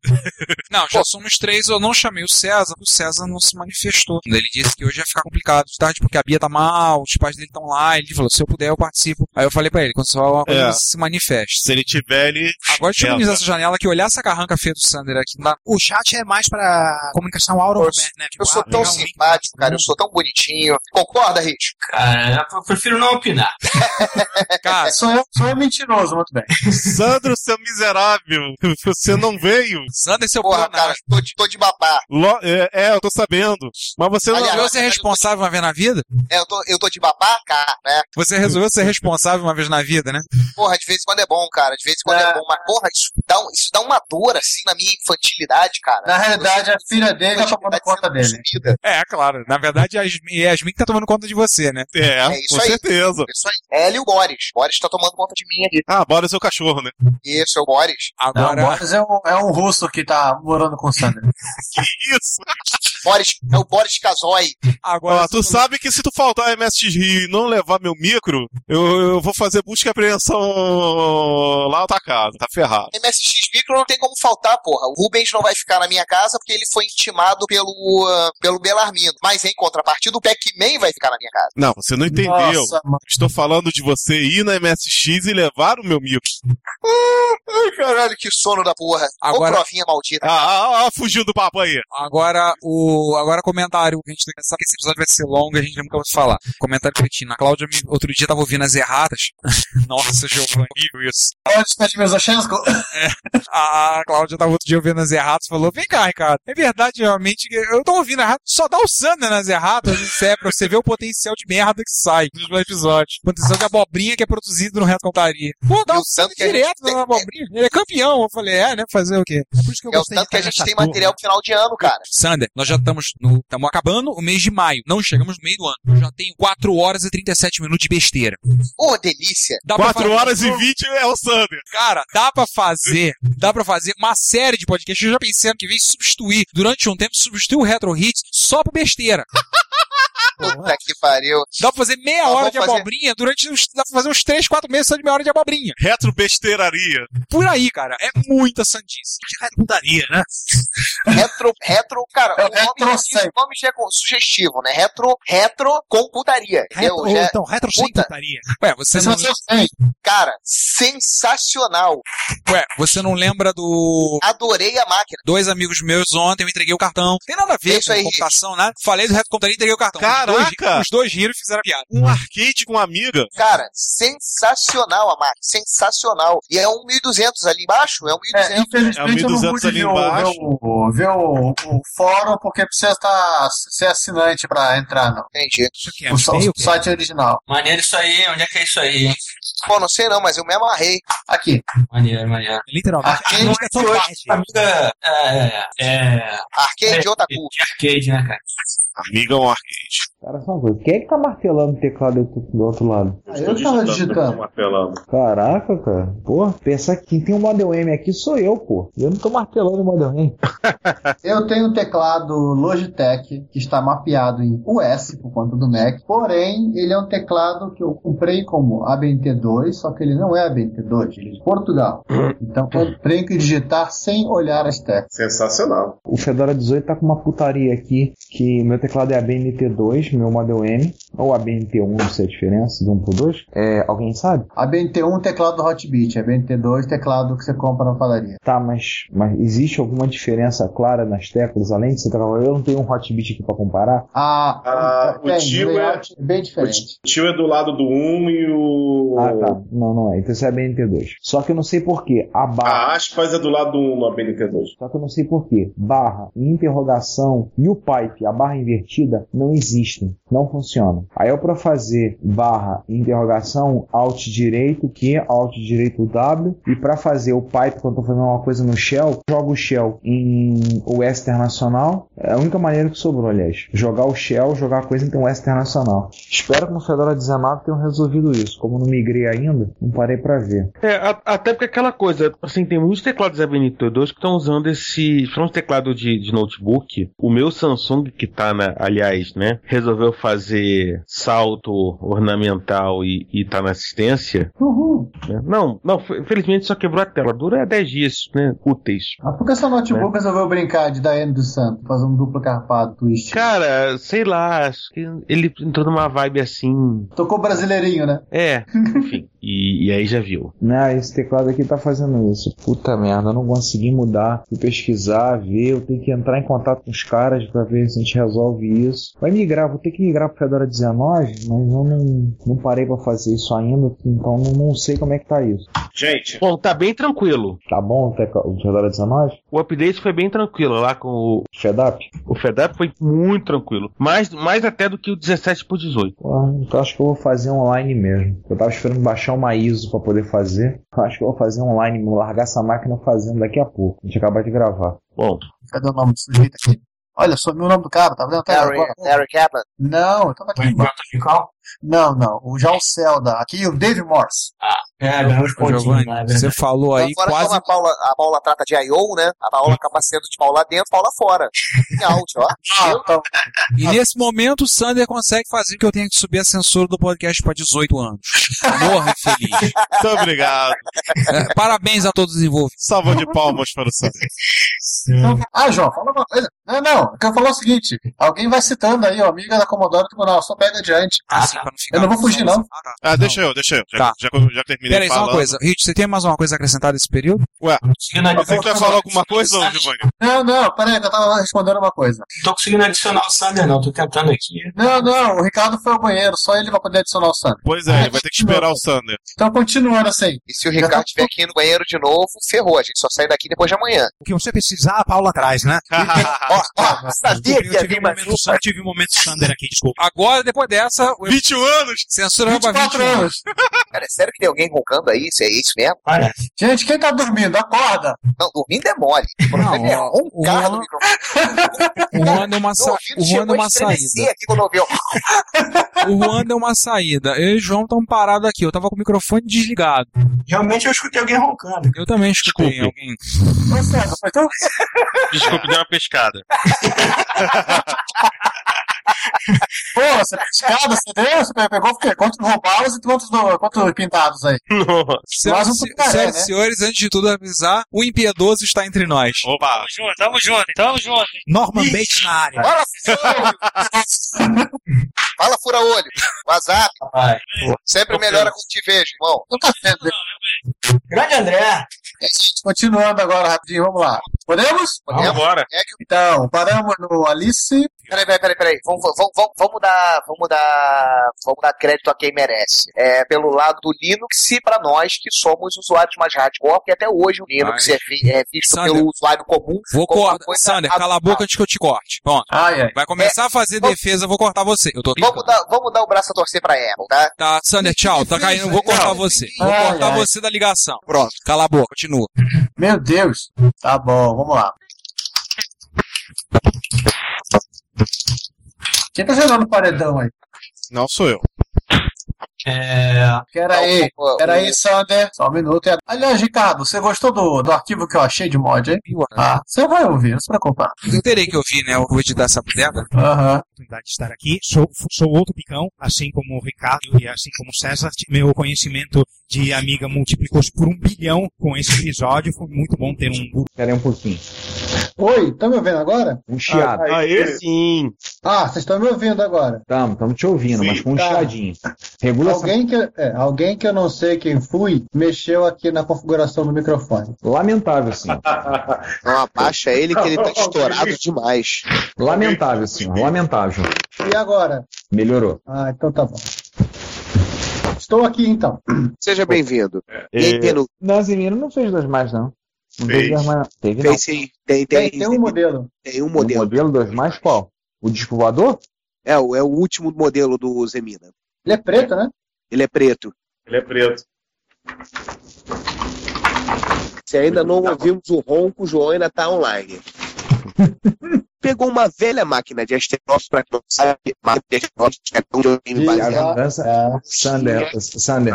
S6: Não, já somos três, eu não chamei o César, o César não se manifestou. Ele disse que hoje ia ficar complicado de tarde porque a Bia tá mal, os pais dele estão lá, ele falou, se eu puder eu participo. Aí eu falei pra ele, quando só uma coisa
S9: É.
S6: se manifeste.
S9: Se ele tiver, ele.
S6: Agora deixa eu
S9: entra.
S6: minimizar essa janela que olhar essa carranca feia do Sander aqui. não dá. O chat é mais pra comunicação aura ou né?
S22: Eu
S7: Ah,
S22: sou tão simpático, cara. Eu sou tão bonitinho. Concorda, Rich?
S25: Cara, eu prefiro não opinar.
S6: Cara,
S7: sou eu, sou eu mentiroso, muito bem.
S9: Sandro, seu miserável, você não veio.
S6: Sandro, seu
S22: Porra, cara, tô de, tô de babá.
S9: Lo- é, é, eu tô sabendo. Mas você não.
S6: Resolveu ser é responsável uma vez na vida?
S22: É, eu tô, eu tô de babá, cara, né?
S6: Você resolveu ser responsável uma vez na vida, né?
S22: Porra, de vez em quando é bom, cara. De vez em quando é, bom. Mas, porra, isso dá, um- isso dá uma dor, assim, na minha infantilidade, cara.
S7: Na realidade, a filha dele tá tomando conta dele.
S6: É, claro. Na verdade, a Yasmin- Yasmin que tá tomando conta de você, né?
S9: É, com certeza.
S22: Isso aí. Ela e o Boris. O Boris tá tomando conta de mim ali.
S9: Ah, Boris é o cachorro, né?
S22: Isso, é o Boris.
S6: Agora-
S7: Não, o Boris é um, é um russo que tá morando com o
S22: <laughs>
S7: Sander.
S9: Isso.
S22: Boris, é o Boris Casoy.
S6: Agora,
S9: tu sabe que se tu faltar MSX Rio e não levar meu micro, eu, eu vou fazer busca e apreensão lá na tua casa, tá ferrado.
S22: MSX Micro não tem como faltar, porra. O Rubens não vai ficar na minha casa porque ele foi intimado pelo, ah, pelo Belarmino. Mas em contrapartida, o Pac-Man vai ficar na minha casa.
S9: Não, você não entendeu.
S22: Nossa,
S9: Estou falando de você ir na MSX e levar o meu micro.
S22: Ai, caralho, que sono da porra.
S6: Agora-
S22: Ô, provinha maldita.
S9: Ah, ah, ah, fugiu do papo aí.
S6: Agora, Ah, o agora comentário. A gente tem que pensar que esse episódio vai ser longo e a gente nunca vai falar. Comentário cretino. A Cláudia, me- outro dia, tava ouvindo as
S27: <laughs>
S6: erradas. Nossa, Giovanni, horrível isso.
S7: É
S6: A Cláudia tava outro dia ouvindo as erradas e falou: Vem cá, Ricardo. É verdade, realmente. que Eu tô ouvindo errado. Só dá o Sander nas erradas. Isso é pra você ver o potencial de merda que sai dos episódios. O potencial de abobrinha que é produzido no Reto Contaria. Pô,
S22: É
S6: dá o Sander direto na abobrinha. Ele é campeão. Eu falei: É, né? Fazer o quê? É por isso que eu
S22: É o
S6: gostei de
S22: tanto que a
S6: estar
S22: gente
S6: nessa
S22: tem
S6: turma.
S22: material pro final de ano, cara.
S6: Sander, nós já
S27: estamos no. Estamos acabando o mês de maio. Não chegamos no meio do ano. Eu já tenho 4 horas e 37 minutos de besteira.
S20: Ô, delícia!
S27: Dá pra
S5: Quatro
S27: fazer- um
S5: horas e 20 é o Sander.
S27: Cara, dá pra fazer, dá pra fazer uma série de podcasts. Eu já pensei ano que vem substituir, durante um tempo, substituir o Retro Hits só por besteira.
S20: Puta que pariu.
S27: Dá pra fazer meia
S20: Nós
S27: hora
S20: vamos
S27: de
S20: fazer-
S27: abobrinha durante uns, dá pra fazer uns 3, 4 meses só de meia hora de abobrinha.
S5: Retro besteiraria.
S27: Por aí, cara. É muita sandice.
S20: Putaria, né? Retro, retro, cara,
S7: É
S20: o nome, o nome já é sugestivo, né? Retro, retro com putaria. entendeu?
S27: Retro-
S20: Já- é
S27: então, retro sem
S20: Puta.
S27: putaria. Ué, você não,
S20: Sensacional. Cara, sensacional.
S27: ué, você não lembra do.
S20: Adorei a máquina.
S27: Dois amigos meus ontem, eu entreguei o cartão. Tem nada a ver
S20: Isso
S27: com
S20: aí,
S27: computação, nada. Falei do reto computaria e entreguei o cartão. Os
S5: Caraca!
S27: dois, os dois riram e fizeram a piada.
S5: Um arcade com uma amiga.
S20: Cara, sensacional a máquina. Sensacional. E é um 1200 ali embaixo? É um 1200.
S7: Infelizmente, eu não pude ver o, ver o, o fórum porque precisa estar, ser assinante pra entrar, não. é
S20: Entendi.
S7: O, sa-
S20: feio,
S7: o site original.
S26: Maneiro isso aí, onde é que é isso aí, hein?
S20: Pô, não sei não, mas eu me amarrei.
S7: Aqui.
S26: Maneiro, maneiro.
S27: Literalmente.
S20: Arcade
S12: é
S20: de hoje.
S26: Amiga, é, é,
S20: Arcade de Otaku.
S26: arcade, né, cara?
S5: Amiga é um arcade.
S2: Cara, só uma coisa. Quem é que tá martelando o teclado do do outro lado?
S7: Eu tava digitando.
S2: Caraca, cara. Pô, pensar que quem tem um Model M aqui sou eu, pô. Eu não tô martelando o Model M.
S7: Eu tenho um teclado Logitech que está mapeado em US por conta do Mac, porém ele é um teclado que eu comprei como ABNT2, só que ele não é ABNT2, ele é de
S9: <laughs>
S7: Portugal. Então eu tenho que digitar sem olhar as teclas.
S9: Sensacional.
S2: O Fedora 18 tá com uma putaria aqui, que meu teclado é a BNT2, meu Model M, ou a BNT1, não sei a diferença, de 1 pro 2. É, alguém sabe?
S7: ABNT1 teclado Hotbit, ABNT2 teclado que você compra na padaria.
S2: Tá, mas, mas existe alguma diferença clara nas teclas, além de você trabalhar? Eu não tenho um hotbit aqui pra comparar.
S7: Ah,
S9: Ah,
S7: tem,
S9: o tio
S7: layout é bem
S9: O
S7: diferente.
S9: ti- tio é do lado do 1 e o.
S2: Ah, tá. Não, não é. Então isso é a BNT2. Só que eu não sei porquê. A barra.
S9: A aspas é do lado do 1 na BNT2.
S2: Só que eu não sei porquê. Barra, interrogação e o pipe, a barra invertida, não existem. Não funcionam. Aí eu pra fazer barra, interrogação, alt direito, Q, alt direito, W. E pra fazer o pipe, quando eu tô fazendo uma coisa no shell, jogo o shell em OS internacional. É a única maneira que sobrou, aliás. Jogar o shell, jogar a coisa em OS internacional. Espero que no Fedora 19 tenham resolvido isso. Como eu não migrei ainda, não parei pra ver.
S3: É, a- até porque aquela coisa, assim, tem muitos teclados ABNT2 que estão usando esse. Falando de teclado de, de notebook, o meu Samsung, que tá, na, aliás, né, resolveu fazer salto ornamental e, e tá na assistência.
S7: Uhul.
S3: né? Não, não, fe- felizmente só quebrou a tela. Dura 10 dias, né? Úteis.
S7: Ah, por que essa notebook
S9: Né?
S7: resolveu brincar de Daiane do Santo, fazer um duplo carpado twist?
S3: Cara, sei lá, acho que ele entrou numa vibe assim.
S7: Tocou brasileirinho, né?
S3: É, enfim. e, e aí já viu.
S2: Não, esse teclado aqui tá fazendo isso. Puta merda, eu não consegui mudar. Fui pesquisar, ver, eu tenho que entrar em contato com os caras pra ver se a gente resolve isso. Vai migrar, vou ter que migrar pro Fedora 19, mas eu não, não parei pra fazer isso ainda, então não, não sei como é que tá isso.
S9: Gente.
S3: Bom, tá bem tranquilo.
S2: Tá bom o, tecla- o Fedora 19?
S3: O update foi bem tranquilo lá com o
S2: FedUp?
S3: O FedUp foi muito tranquilo. Mais, mais até do que o 17 por 18.
S2: Porra, então acho que eu vou fazer online mesmo. Eu tava esperando baixar uma ISO pra poder fazer. Eu Acho que eu vou fazer online, vou largar essa máquina fazendo daqui a pouco. A gente acabar de gravar.
S3: Bom,
S7: Cadê o nome do sujeito aqui? Olha, sumiu o nome do cara, tá vendo até
S20: Larry,
S7: agora?
S20: Larry Kaplan.
S7: Não, eu tava aqui. Não, não. O já o Zelda. Aqui o Dave Morse.
S26: Ah, é,
S7: ganhou
S26: os pontinhos
S7: né,
S26: lá, é verdade.
S27: você falou aí
S20: Fora
S27: quase. Hum.
S20: como a Paula, a Paula trata de I.O., né? A Paula acaba sendo de Paula dentro, Paula fora. Em out,
S7: <laughs>
S20: ó.
S7: Ah, então,
S27: E nesse momento o Sander consegue fazer que eu tenha que subir a censura do podcast pra 18 anos. Morra
S22: <laughs>
S27: feliz.
S5: Muito obrigado.
S27: parabéns a todos os envolvidos.
S5: Salva de palmas para o Sander.
S7: Então, ah, João, fala uma coisa. Não, não. Eu quero falar o seguinte. Alguém vai citando aí, ó, amiga da Comodoro Tribunal. Só pega adiante.
S27: Ah, sim, pra não ficar.
S7: eu não vou fugir, não.
S5: Ah, deixa eu, deixa eu. Já,
S27: Tá.
S5: já, já terminei
S27: Peraí, só
S5: falando.
S27: uma coisa. Rich, você tem mais uma coisa acrescentada nesse período?
S5: Ué,
S12: Tá
S26: você
S5: que vai falar alguma coisa, ô, Giovanni?
S7: Não, não. Peraí, que eu tava respondendo uma coisa.
S26: Não tô conseguindo adicionar o Sander, não. Tô tentando aqui.
S7: Não, não. O Ricardo foi ao banheiro. Só ele vai poder adicionar o Sandro.
S5: Pois é, ele vai ter que esperar o Sander.
S7: Então, continuando assim.
S20: E se o Ricardo estiver aqui no banheiro de novo, ferrou. A gente só sai daqui depois de amanhã.
S10: O que você precisar, a Paula traz, <laughs> né?
S20: Ó, ó, sabia que
S10: Eu tive,
S20: havia
S10: um
S20: mais
S10: momento, eu tive um momento Sander aqui, desculpa.
S27: Agora, depois dessa.
S5: 21 anos?
S10: um.
S27: Censura pra
S7: 24
S27: 21
S7: anos.
S28: Cara, é sério que tem alguém roncando aí? Isso é isso mesmo?
S7: Parece. Gente, quem tá dormindo? Acorda!
S28: Não, dormindo é mole. O problema é
S10: um
S28: roncar no
S6: O
S10: <laughs>
S6: Juan é uma, sa... o Juan é uma saída.
S28: aqui quando ouviu.
S6: <laughs> O Juan é uma saída. Eu e o João estão parados aqui. Eu tava com o microfone desligado.
S7: Realmente eu escutei alguém roncando.
S6: Eu também escutei
S3: Desculpe.
S6: alguém.
S3: Desculpe, dei uma <laughs> pescada.
S7: Pô, você pescada, você deu? Você pegou o quê? Quantos roubados e quantos, do- quantos pintados aí?
S6: Senhoras
S7: um
S6: se-
S7: picaré,
S6: senhoras e
S7: né?
S6: senhores, antes de tudo avisar, o impiedoso está entre nós.
S29: Opa!
S3: é
S12: Tamo junto, tamo junto, tamo junto.
S6: Norman Bates na área.
S28: Fala, fura-olho. Fala, fura-olho. WhatsApp. Sempre melhora quando te vejo, irmão.
S7: Grande André! Continuando agora rapidinho, vamos lá. Podemos?
S3: Ah.
S28: Podemos. Vambora.
S7: Então, paramos no Alice.
S28: Peraí, peraí, peraí, peraí. Vamos, vamos, vamos, vamos dar, vamos, dar, vamos dar crédito a quem merece. É, pelo lado do Linux e para nós que somos usuários mais hardcore, porque até hoje o Linux
S6: Ai.
S28: é, vi- é visto
S6: Sander.
S28: pelo usuário comum.
S6: Vou
S28: como uma
S6: cortar.
S28: coisa
S6: Sander,
S28: ab-
S6: cala a boca antes que eu te corte. Pronto.
S7: Ai, ai.
S6: Vai começar a fazer defesa, eu vou cortar você. Eu tô
S28: Vamos dar, vamos dar o braço a torcer pra Apple, tá?
S6: Tá, Sander, tchau. Tá caindo, eu vou cortar você. Vou
S7: Ai,
S6: cortar
S7: ai.
S6: você da ligação. Pronto. Cala a boca, continua.
S7: Meu Deus! Tá bom, vamos lá. Quem tá jogando paredão aí?
S29: Não sou eu.
S7: É. Pera aí,
S28: Não,
S7: pera
S28: o-
S7: aí, Sander. Só um minuto. Aliás, Ricardo, você gostou do, do arquivo que eu achei de mod, hein? Ah, você vai ouvir, não se preocupa.
S6: Eu terei que ouvir, né? Eu vou te dar essa puderda.
S7: Aham.
S30: oportunidade de estar aqui. Sou, sou outro picão, assim como o Ricardo e assim como o César. Meu conhecimento de amiga multiplicou-se por um bilhão com esse episódio. Foi muito bom ter um grupo.
S2: Espera aí um pouquinho.
S7: Oi, tá me ouvindo agora?
S2: Um chiado.
S7: Ah,
S3: É
S7: aí
S2: sim.
S7: Ah, vocês estão me ouvindo agora.
S2: Tamo, tamo te ouvindo, mas com um
S7: Tá.
S2: chiadinho. Regula essa
S7: Alguém que, é, alguém que eu não sei quem fui mexeu aqui na configuração do microfone.
S2: Lamentável, senhor.
S28: <laughs> Não, abaixa ele que ele
S2: <laughs>
S28: tá estourado demais.
S2: Lamentável, senhor. Lamentável.
S7: E agora?
S2: Melhorou.
S7: Ah, então tá bom. Estou aqui então.
S28: Seja bem-vindo.
S2: É, Nazimiro não fez das mais, não. Não
S28: Fez.
S2: fez das mais, não. Teve,
S28: Tem
S2: não.
S28: sim, tem,
S7: Tem,
S28: tem,
S7: tem um modelo.
S28: tem um
S2: O
S28: modelo.
S2: modelo das mais qual? O disco voador?
S28: É, o- é o último modelo do Zemina.
S7: Ele é preto, né?
S28: Ele é preto.
S9: Ele é preto.
S28: Se ainda não ouvimos o ronco, o João ainda tá online. Pegou uma velha máquina de asteroides para quem não sabe, máquina de asteroides que é tão
S2: E a
S7: ah,
S28: baseado.
S2: vingança.
S28: É.
S2: Sander, Sander,
S9: Sander,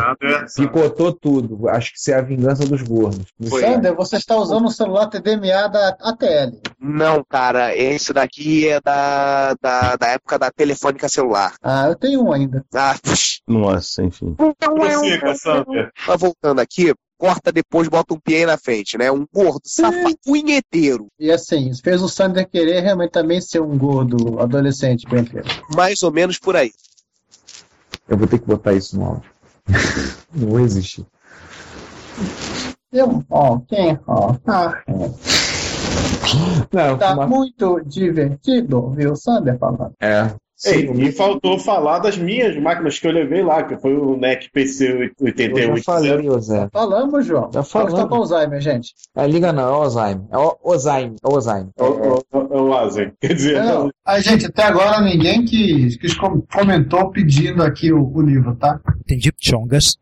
S2: picotou tudo. Acho que isso é a vingança dos gordos.
S7: Sander, você está usando um celular TDMA da ATL.
S28: Não, cara, esse daqui é da, da, da época da telefônica celular.
S7: Ah, eu tenho um ainda.
S28: Ah, psh.
S3: Nossa, enfim.
S9: Prossiga, Sander.
S28: mas voltando aqui, corta depois, bota um pia aí na frente, né? Um gordo, safado, punheteiro.
S7: E assim, isso fez o Sander querer realmente também ser um gordo adolescente. bem feito.
S28: Mais ou menos por aí.
S2: Eu vou ter que botar isso no áudio. <laughs> não vou existir.
S7: Eu, ó, quem? Ó, ah,
S2: Não,
S7: tá
S2: uma-
S7: muito divertido, viu, Sander falando.
S2: É.
S9: Ei, e faltou falar das minhas máquinas que eu levei lá, que foi o NEC PC
S2: Eu já
S9: 88.
S2: falei, ô Zé.
S7: Falamos, João.
S2: Tá
S7: Só que tá
S2: falando.
S7: com Alzheimer, gente.
S2: É, liga não, é o Alzheimer. É o Alzheimer. É o Alzheimer.
S9: É o- é o- é
S3: <laughs>
S9: o Lazen. Quer dizer,
S7: Não, Então, a gente, até agora ninguém quis, quis com- comentou pedindo aqui o, o livro, tá?
S30: Entendi, Chongas.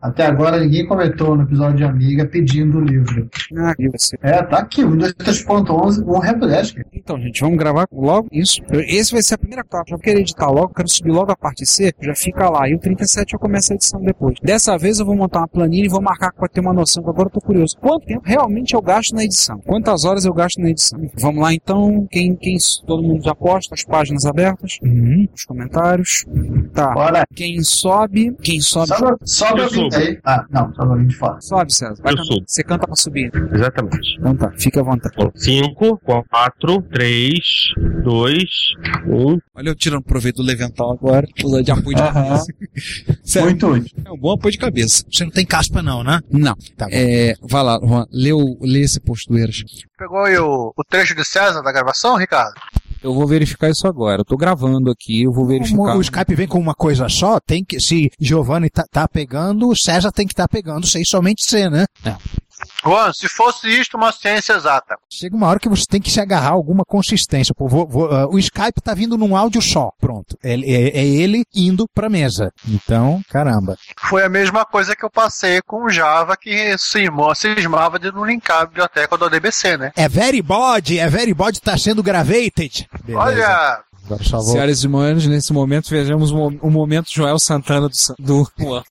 S7: Até agora ninguém comentou no episódio de Amiga pedindo o livro.
S6: Ah, e você?
S7: É, tá aqui, um 2.11, um Replesca.
S6: Então, gente, vamos gravar logo isso. Eu- Esse vai ser a primeira etapa. Já vou querer editar logo, quero subir logo a parte C, já fica lá. E o 37 eu começo a edição depois. Dessa vez eu vou montar uma planilha e vou marcar para ter uma noção, que agora eu tô curioso. Quanto tempo realmente eu gasto na edição? Quantas horas eu gasto na edição? Vamos lá então, quem, quem todo mundo já posta, as páginas abertas, os comentários. Tá.
S7: Bora.
S6: Quem sobe, quem sobe.
S7: Sobe, sobe
S6: Eu
S7: a vinheta
S6: subo.
S7: aí. Ah, não, sobe a vinheta de fora.
S6: Sobe, César. Vai
S3: Eu
S6: cantar.
S3: subo.
S6: Você canta pra subir.
S3: Exatamente.
S6: Então tá, fica à vontade.
S3: 5, 4, 3, 2, 1.
S6: Olha eu tirando proveito do Levental agora, usando de apoio de
S7: Aham.
S6: cabeça. Sério,
S7: Muito útil.
S6: é um bom apoio de cabeça.
S30: Você não tem caspa, não, né?
S6: Não.
S30: Tá bom.
S6: É, vai lá, Juan, lê, o- lê esse postueiras.
S31: Pegou aí o, o trecho de César da gravação, Ricardo?
S6: Eu vou verificar isso agora. Eu tô gravando aqui, eu vou verificar.
S30: Como o Skype vem com uma coisa só, tem que. Se Giovanni tá, tá pegando, o César tem que estar tá pegando, sei somente ser, né?
S32: Juan, se fosse isto uma ciência exata.
S12: Chega uma hora que você tem que se agarrar a alguma consistência. Pô, vou- vou, ah, o Skype tá vindo num áudio só. Pronto. É, é- é ele indo pra mesa. Então, caramba.
S9: Foi a mesma coisa que eu passei com o Java, que cismou, cismava de não linkar a biblioteca do ADBC, né?
S12: É very body, é very body tá sendo gravated. Beleza.
S9: Olha!
S12: Agora só vou...
S6: Senhoras e senhores, nesse momento vejamos o mo- o momento Joel Santana do, San- do Juan.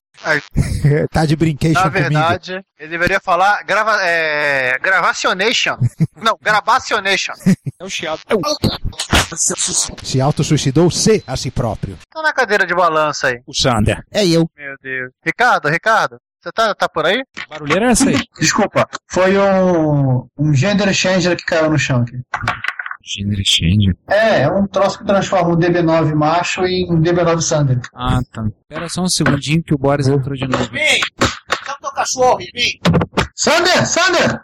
S12: tá de brinquedo
S9: Na
S12: comigo.
S9: verdade, ele deveria falar grava, é,
S12: <laughs>
S9: gravacionation. Não, gravacionation. É o chiado.
S12: Se autossuicidou se a si próprio.
S9: Tá na cadeira de balança aí.
S12: O Sander. É eu.
S9: Meu Deus. Ricardo, Ricardo, você tá, tá por aí?
S6: Barulheira é essa aí?
S7: Desculpa, foi um, um gender changer que caiu no chão aqui.
S6: Gênero change.
S7: É, é um troço que transforma um DB9 macho em um DB9 Sander.
S6: Ah, tá. Espera só um segundinho que o Boris entrou de novo.
S33: Sabe o cachorro, Yasmin?
S7: Sander, Sander!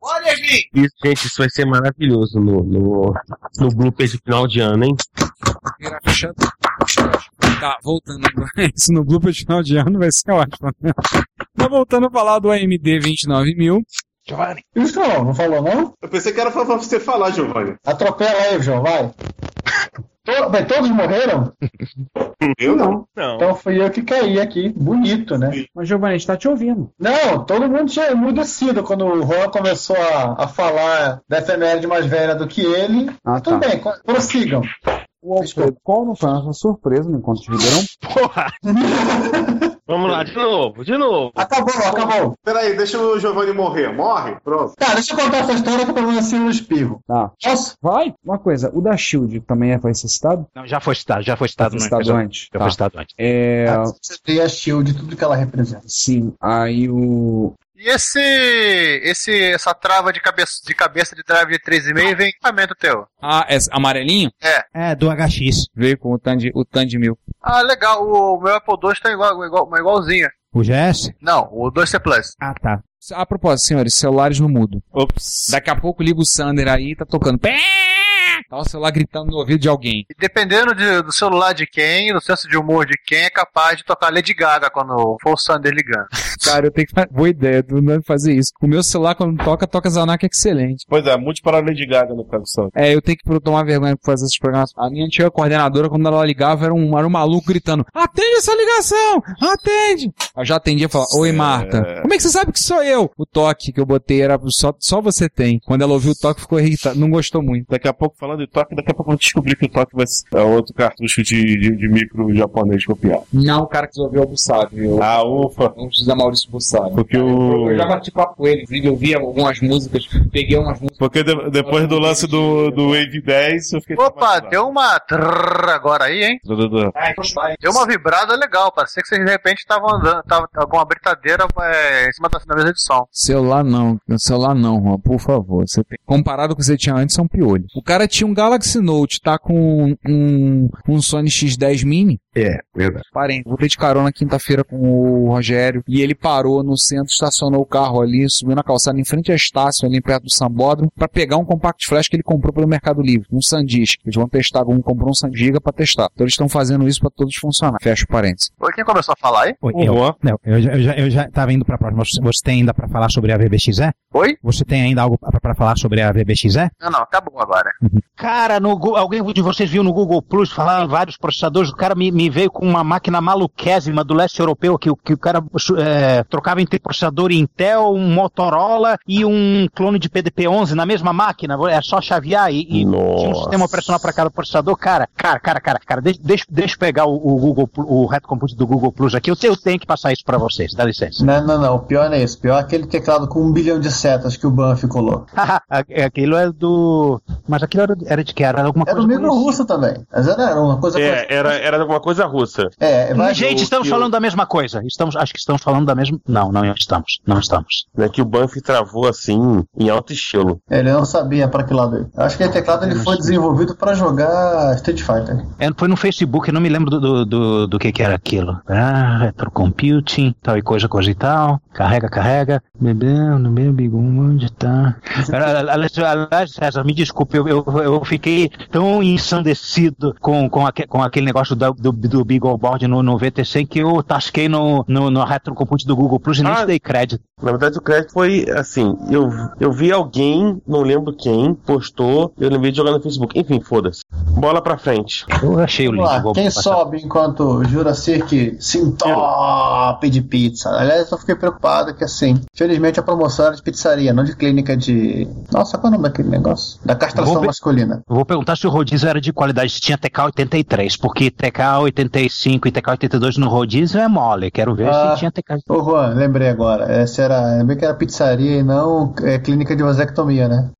S33: Olha, Yasmin!
S3: Isso, gente, isso vai ser maravilhoso no, no, no blooper de final de ano, hein?
S6: Tá, voltando agora. <laughs> Isso no blooper de final de ano vai ser ótimo. né? Tá voltando a falar do AMD 29000.
S34: Giovanni.
S7: Isso não, não falou não?
S34: Eu pensei que era pra pra você falar, Giovanni.
S7: Atropela aí, João, vai. To- bem, todos morreram?
S34: Eu não.
S7: Então fui eu que caí aqui. Bonito, né?
S6: Mas, Giovanni, a gente tá te ouvindo.
S7: Não, todo mundo tinha emudecido quando o Juan começou a, a falar da efeméride mais velha do que ele.
S2: Ah,
S7: Tudo
S2: tá.
S7: bem, co- prossigam.
S2: O Alfredo, qual não foi a nossa surpresa no encontro de Ribeirão?
S3: <laughs> Porra! Vamos lá, de novo, de novo.
S7: Acabou, acabou.
S34: Peraí, deixa o Giovanni morrer. Morre? Pronto.
S7: Cara, deixa eu contar essa história que eu não assim no espirro.
S2: Tá.
S7: Posso?
S2: Vai! Uma coisa, o da Shield também é- foi ser citado?
S35: Não, já foi citado, já foi
S6: é
S35: citado.
S2: Foi citado
S35: no-
S2: antes.
S35: Já
S2: Tá.
S35: foi citado antes.
S2: É.
S7: Tem a Shield, tudo que ela representa.
S2: Sim, aí o.
S9: E esse, esse, essa trava de cabeça de, cabeça de drive de 3,5 vem equipamento teu?
S6: Ah, é amarelinho?
S9: É.
S12: É, do HX.
S6: Veio com o Tandy, o Tandy 1000.
S9: Ah, legal, o meu Apple II tá igual, igual, uma igualzinha.
S12: O GS?
S9: Não, o 2C Plus.
S12: Ah, tá.
S6: A propósito, senhores, celulares no mudo. Ops. Daqui a pouco liga o Sander aí, tá tocando. Pé! Tá o celular gritando no ouvido de alguém.
S9: E dependendo de- do celular de quem, do senso de humor de quem, é capaz de tocar Lady Gaga quando for o Sander ligando.
S6: Cara, eu tenho que. Boa ideia, do nada fazer isso. O meu celular, quando toca, toca Zanac excelente.
S3: Pois é, muito para a Lady Gaga no caso só.
S6: É, eu tenho que tomar vergonha por fazer esses programas. A minha antiga coordenadora, quando ela ligava, era um, era um maluco gritando: Atende essa ligação! Atende! Eu já atendia e falava: Oi, Marta. Como é que você sabe que sou eu? O toque que eu botei era só, só você tem. Quando ela ouviu o toque, ficou irritada. Não gostou muito.
S3: Daqui a pouco, falando de toque, daqui a pouco eu descobri que o toque vai ser é outro cartucho de, de, de micro japonês copiado.
S6: Não, o cara que resolveu o Bussab. Eu...
S3: Ah, ufa.
S6: Vamos dizer um Maurício Bussab.
S3: Porque o.
S6: É, Eu já bati papo com ele, inclusive eu vi algumas músicas, peguei umas músicas.
S3: Porque de- depois do lance do, do Wave 10, eu fiquei.
S9: Opa,
S6: um-
S9: deu uma trrr agora aí, hein? Deu uma vibrada legal, parecia que vocês de repente estavam andando, tava tava com uma britadeira é, em cima da, da mesa de som.
S6: Celular não, celular não, Juan, por favor. Você tem- Comparado com o que você tinha antes, são piolhos. O cara tinha um Galaxy Note, tá com um, um Sony X10 Mini.
S35: É, verdade.
S6: Parei, voltei de carona quinta-feira com o Rogério e ele parou no centro, estacionou o carro ali, subiu na calçada em frente a Estácio, ali perto do Sambódromo, pra pegar um compact flash que ele comprou pelo Mercado Livre, um SanDisk. Eles vão testar, um comprou um SanDisk pra testar. Então eles estão fazendo isso pra todos funcionar. Fecha o parênteses.
S9: Foi quem começou a falar aí?
S12: Oi, eu, não, eu, já- eu, já, eu já tava indo pra próxima. Você- Você tem ainda pra falar sobre a VBXE?
S9: Oi?
S12: Você tem ainda algo pra pra falar sobre a VBXE?
S9: Não, não, acabou agora.
S35: Cara, no, Gu- alguém de vocês viu no Google Plus falar em vários processadores. O cara me, me veio com uma máquina maluquésima do leste europeu que, o- que o cara su- é, trocava entre processador Intel, um Motorola e um clone de PDP-11 na mesma máquina. É só chavear e, e tinha um sistema operacional para cada processador. Cara, cara, cara, cara, cara, deixa, deixa, deixa eu pegar o, o Google, Plu- o retrocompute do Google Plus aqui. Eu, te- eu tenho que passar isso para vocês, dá licença.
S7: Não, não, não. O pior não é isso. O pior é aquele teclado com um bilhão de setas que o Banff colou.
S35: Haha, <laughs> aquilo é do. Mas aquilo era, era de que? Era alguma
S7: Era o
S35: coisa.
S7: micro russo também. Mas era uma coisa.
S3: É, era, era alguma coisa russa.
S7: É,
S35: Hum, Gente, estamos falando da mesma coisa. Estamos, acho que estamos falando da mesma. Não, não estamos. Não estamos.
S3: É que o Banff travou assim, em alto estilo.
S7: Ele não sabia pra que lado ir. Acho que esse teclado ele foi desenvolvido pra jogar Street Fighter.
S35: É, foi no Facebook, eu não me lembro do, do, do, do que, que era aquilo. Ah, retrocomputing, tal e coisa, coisa e tal. Carrega, carrega. Bebendo, bebigo,
S12: um
S35: onde tá? Era- Aliás, aliás, César, me desculpe, eu, eu, eu fiquei tão ensandecido com, com, aque- com aquele negócio da- do, do,
S12: do Beagleboard no, no VT100 que eu tasquei no, no, no retrocompute do Google Plus e
S3: Ah.
S12: nem te dei crédito.
S3: Na verdade, o crédito foi assim: eu, eu vi alguém, não lembro quem, postou, eu lembrei de jogar no Facebook. Enfim, foda-se. Bola pra frente.
S12: Eu achei o
S3: link.
S12: link.
S7: Vamos lá,
S12: vou
S7: quem
S12: passar.
S7: sobe enquanto Jurassic se entope de pizza? Aliás, eu fiquei preocupado que, assim, felizmente a promoção era de pizzaria, não de clínica de. Nossa, qual é o nome daquele negócio? Da castração
S12: Vou pe-
S7: masculina.
S12: Vou perguntar se o rodízio era de qualidade, se tinha TK83, porque TK85 e TK82 no rodízio é mole. Quero ver
S7: Ah,
S12: se tinha TK.
S7: Ô, Juan, lembrei agora. Essa era. Lembrei que era pizzaria e não é, clínica de vasectomia, né?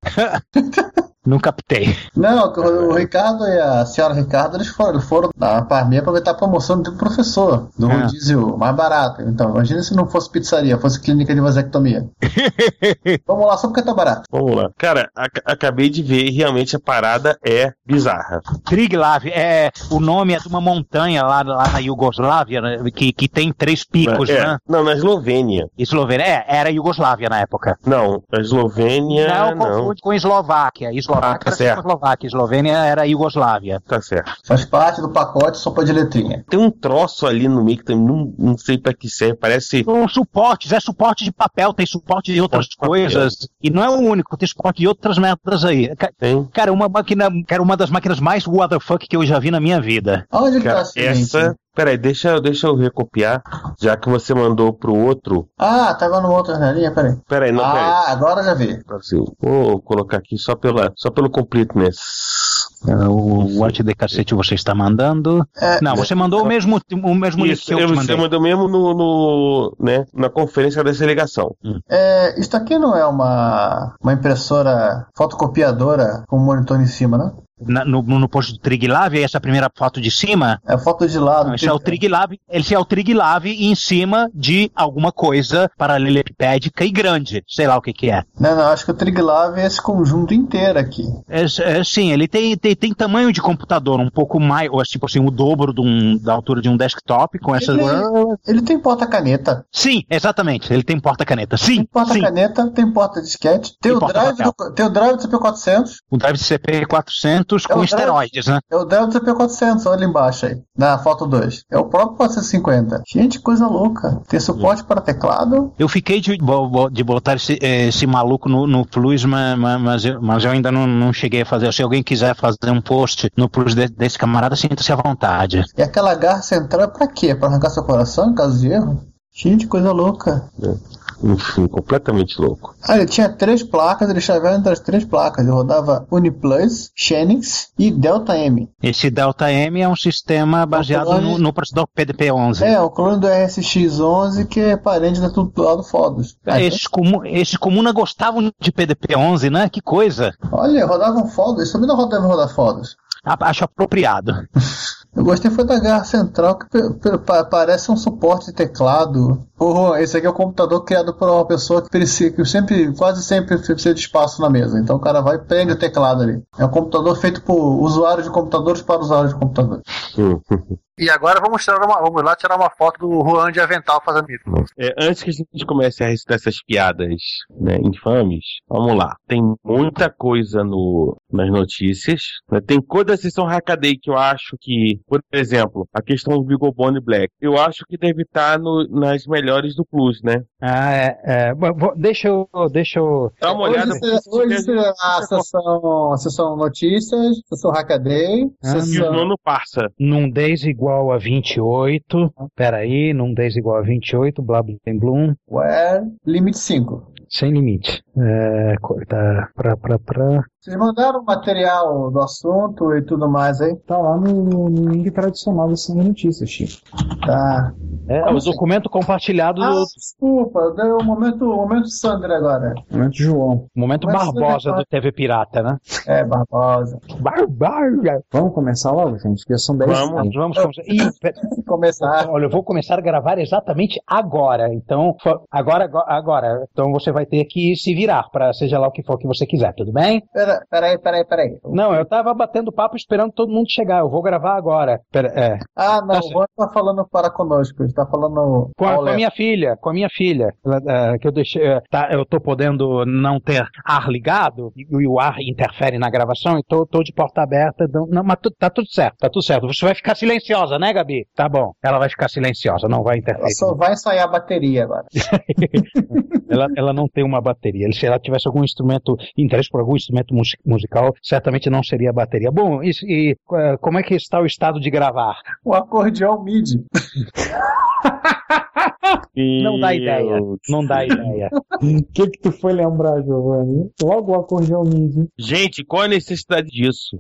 S12: Não captei.
S7: Não,
S3: É,
S7: que o, o Ricardo e a senhora Ricardo eles foram, foram na Parmeia aproveitar a tá promoção do professor,
S3: Ah.
S7: do
S12: É.
S7: rodízio mais barato. Então, imagina se não fosse pizzaria, fosse clínica
S3: <laughs>
S7: de vasectomia. Vamos lá, só porque tá barato.
S3: Vamos lá. Cara, ac- acabei de ver, realmente a parada é bizarra.
S12: Triglav, é, o nome é de uma montanha lá, lá na Iugoslávia, né, que, que tem três picos,
S3: É,
S12: né?
S3: Não, na Eslovênia.
S12: Eslovênia, é, era Iugoslávia na época.
S3: Não, a Eslovênia.
S12: Não,
S3: Não,
S12: confunde é com Eslováquia. Eslováquia
S3: tá
S12: era
S3: certo.
S12: Eslováquia, Eslovênia era Iugoslávia.
S3: Tá certo.
S7: Faz parte do pacote sopa de letrinha.
S3: Tem um troço ali no meio que também não, não sei pra que serve, parece.
S12: São suportes, é suporte de papel, tem suporte de outras coisas. E não é o único, tem suporte de outras merdas aí. Ca- Cara, uma máquina, cara, uma das máquinas mais what the fuck que eu já vi na minha vida.
S7: Onde
S3: Cara, essa. Peraí, deixa, deixa eu recopiar, já que você mandou pro outro.
S7: Ah, tava numa outra janelinha, peraí.
S3: Peraí, não, peraí.
S7: Ah, agora já vi.
S3: Assim, Vou colocar aqui só, pela, só pelo completeness.
S12: Ah, O what de cacete você está mandando?
S3: É.
S12: não, você mandou o mesmo, o mesmo link
S3: Isso,
S12: que eu te
S3: você
S12: mandei.
S3: mandou mesmo no, no, né, na conferência dessa ligação.
S12: Uhum.
S7: É, isso aqui não é uma, uma impressora fotocopiadora com um monitor em cima, né?
S12: Na- no, no posto do Triglav, essa primeira foto de cima?
S7: É a foto de lado.
S12: Não, esse é o Triglav, esse é o Triglav em cima de alguma coisa paralelepipédica e grande, sei lá o que que é.
S7: Não, não, acho que o Triglav é esse conjunto inteiro aqui.
S12: É, é, sim, ele tem, tem, tem tamanho de computador, um pouco mais, ou, tipo assim, o dobro de um- da altura de um desktop com essas.
S7: Ele, ele tem porta-caneta.
S12: Sim, exatamente, ele tem porta-caneta. Sim,
S7: Porta-caneta, tem porta-disquete, tem,
S12: E
S7: o drive
S12: porta-papel.
S7: do- tem o drive do CP400.
S12: o um drive CP400
S7: É o
S12: com
S7: drive-
S12: esteroides, né?
S7: É o drive do CP400, olha ali embaixo aí, na foto 2. É o próprio 450. Gente, coisa louca. Tem suporte para teclado.
S12: Eu fiquei de, bo- bo- de botar esse, eh, esse maluco no, no Plus, ma- ma- mas, eu- mas eu ainda não, não cheguei a fazer. Se alguém quiser fazer um post no Plus de- desse camarada, sinta-se à vontade.
S7: E aquela garra central é pra quê? Pra arrancar seu coração em caso de erro? Gente, coisa louca.
S3: né? Enfim, completamente louco.
S7: Ah, ele tinha três placas, ele chaveava entre as três placas. Ele rodava Uniplus, Xenix e Delta M.
S12: Esse Delta M é um sistema baseado no, no processador PDP-11.
S7: É, o clone do RSX11 que é parente da tudo do lado Fodos.
S12: Ah, Esses, comu esses comuna gostavam de PDP-11, né? Que coisa.
S7: Olha, rodavam Fodos, isso também não rodava rodar Fodos.
S12: A- Acho apropriado.
S7: <laughs> Eu gostei foi da garra central que pe- pe- pa- parece um suporte de teclado. Ô, Juan, esse aqui é um computador criado por uma pessoa que, precisa, que sempre, quase sempre precisa de espaço na mesa. Então o cara vai e prende o teclado ali. É um computador feito por usuários de computadores para usuários de computadores.
S1: E agora vamos, tirar uma- vamos lá tirar Tá uma foto do Juan de Avental fazendo isso.
S3: É, antes que a gente comece a recitar essas piadas né, infames, vamos lá. Tem muita coisa no, nas notícias. né? Tem toda a sessão Hackaday que eu acho que, por exemplo, a questão do Bigobone Black, eu acho que deve estar no- nas melhores do Plus, né?
S4: Ah, é. é. Bo- bo- Deixa eu. Deixa eu.
S3: Dá uma
S7: Hoje,
S3: olhada.
S7: será- hoje será a sessão, a sessão notícias, a sessão Hackaday, a
S4: Ah,
S7: sessão...
S3: passa.
S4: Num 10 igual a 28. Peraí, num 10 igual a 28, blá blá blá, blum.
S7: Where, limite 5.
S4: Sem limite. É,
S2: tá,
S4: corta. Pra, pra, pra.
S7: Vocês mandaram o material do assunto e tudo mais aí?
S36: Tá lá no, no- no link tradicional da Samba Notícias, Chico.
S7: Tá.
S4: É,
S7: Como
S4: o
S7: assim?
S4: documento compartilhado
S7: Ah,
S4: do.
S7: desculpa, deu um momento, um momento Sandra agora.
S36: Momento João.
S4: Momento
S7: Mas-
S4: Barbosa do TV Pirata, né?
S7: É, Barbosa.
S4: Barbosa.
S36: Vamos começar logo, gente? Porque são 10
S4: Vamos, vamos começar. Ih, pera-
S7: começar.
S4: Olha, eu vou começar a gravar exatamente agora. Então, fa- agora, agora, agora. Então você vai ter que se virar para seja lá o que for que você quiser, tudo bem?
S7: Pera, peraí, peraí, peraí.
S4: Não, eu tava batendo papo esperando todo mundo chegar. Eu vou gravar agora. Pera, é.
S7: Ah, não, o Juan tá falando para conosco. tá falando.
S2: Com é a, com a
S7: Olé.
S2: minha filha, com a minha filha, Ela,
S4: é,
S2: eh, que eu deixei, eh, tá, eu tô podendo não ter ar ligado e, e o ar interfere na gravação, então eu tô de porta aberta, não, não, mas tu- tá tudo certo, tá tudo certo. Você vai ficar silenciosa, né, Gabi? Tá bom. Ela vai ficar silenciosa, não vai interferir.
S7: Ela só vai ensaiar a bateria agora.
S2: Ela, ela não tem uma bateria. Se ela tivesse algum instrumento, interesse por algum instrumento mus- musical, certamente não seria a bateria. Bom, e, e, eh, como é que está o estado de gravar?
S7: O acordeão MIDI.
S2: Não dá ideia. Não dá ideia.
S37: O que que tu foi lembrar, Giovanni? Logo o acordeão midi.
S3: Gente, qual a necessidade disso?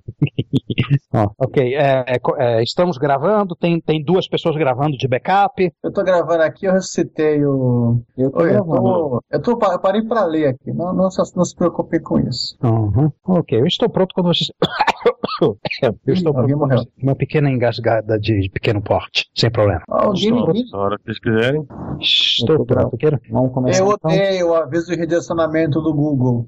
S2: Ó, ok, é, é, co- é, estamos gravando, tem, tem duas pessoas gravando de backup.
S7: Eu tô gravando aqui, eu ressuscitei o.
S37: Eu
S2: tô
S7: eu,
S2: gravando.
S7: É, tô, eu, tô, eu parei pra ler aqui. Não, não, se, não se preocupem com isso.
S2: Uhum. Ok, eu estou pronto quando vocês. <coughs> Eu estou
S7: Ih, alguém
S2: pronto. quando
S7: morreu.
S2: vocês- Uma pequena engasgada de de pequeno porte, sem problema.
S7: Ah,
S3: Na hora que vocês quiserem.
S2: Estou pronto. Quero...
S37: Vamos
S7: É,
S37: então?
S7: Eu odeio o aviso de redirecionamento do Google.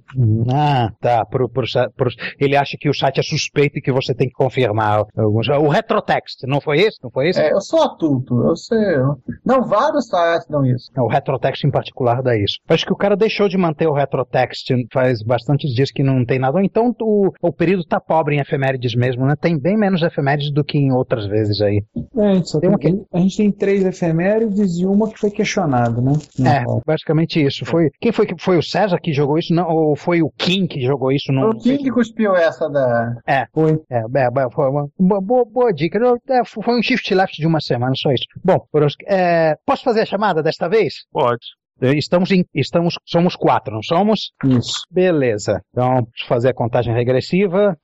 S2: Ah, tá. Pro, pro, sa- pro- ele acha que o site é suspeito e que você tem que confirmar alguns. O retrotext, não foi esse? Não foi esse?
S7: É, eu sou adulto, eu sei. Não, vários sites dão isso.
S2: O retrotext em particular dá isso. Acho que o cara deixou de manter o retrotext faz bastantes dias que não tem nada. Ou Então o, o período tá pobre em efemérides mesmo, né? Tem bem menos efemérides do que em outras vezes aí.
S37: É, a gente, só tem, a gente tem três efemérides e uma que foi questionada, né?
S2: É, basicamente isso. Foi, quem foi que foi o César que jogou isso? Não, ou foi o Kim que jogou isso? Não,
S7: O King cuspiu essa da.
S2: É, foi. É, é, foi uma uma boa, boa dica. Eu- é, foi um shift left de uma semana, só isso. Bom, Borowski, é, posso fazer a chamada desta vez?
S3: Pode.
S2: Estamos em, estamos, somos quatro, não somos?
S37: Isso.
S2: Beleza. Então, vamos fazer a contagem regressiva.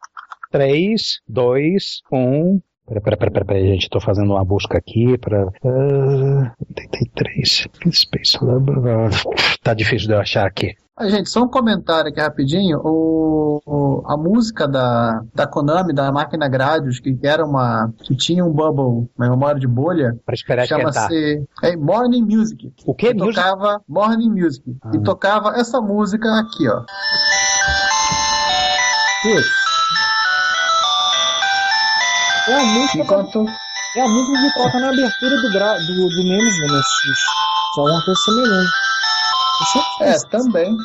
S2: Três, dois, um. Pera, pera, pera, pera, pera, gente, estou fazendo uma busca aqui ah, para 83 Space Lab. Tá difícil de eu achar aqui.
S7: Ah, gente, só um comentário aqui rapidinho. O, o- a música da, da Konami, da máquina Gradius, que era uma. que tinha um bubble, uma memória de bolha.
S2: Pra esperar tá.
S7: Chama-se é, Morning Music.
S2: O que?
S7: tocava Morning Music. E tocava essa música aqui, ó.
S37: É a música, é a música que toca na abertura do, gra, do, do Nemesis
S2: né?
S37: do MSX. Isso é uma coisa semelhante.
S7: É, também.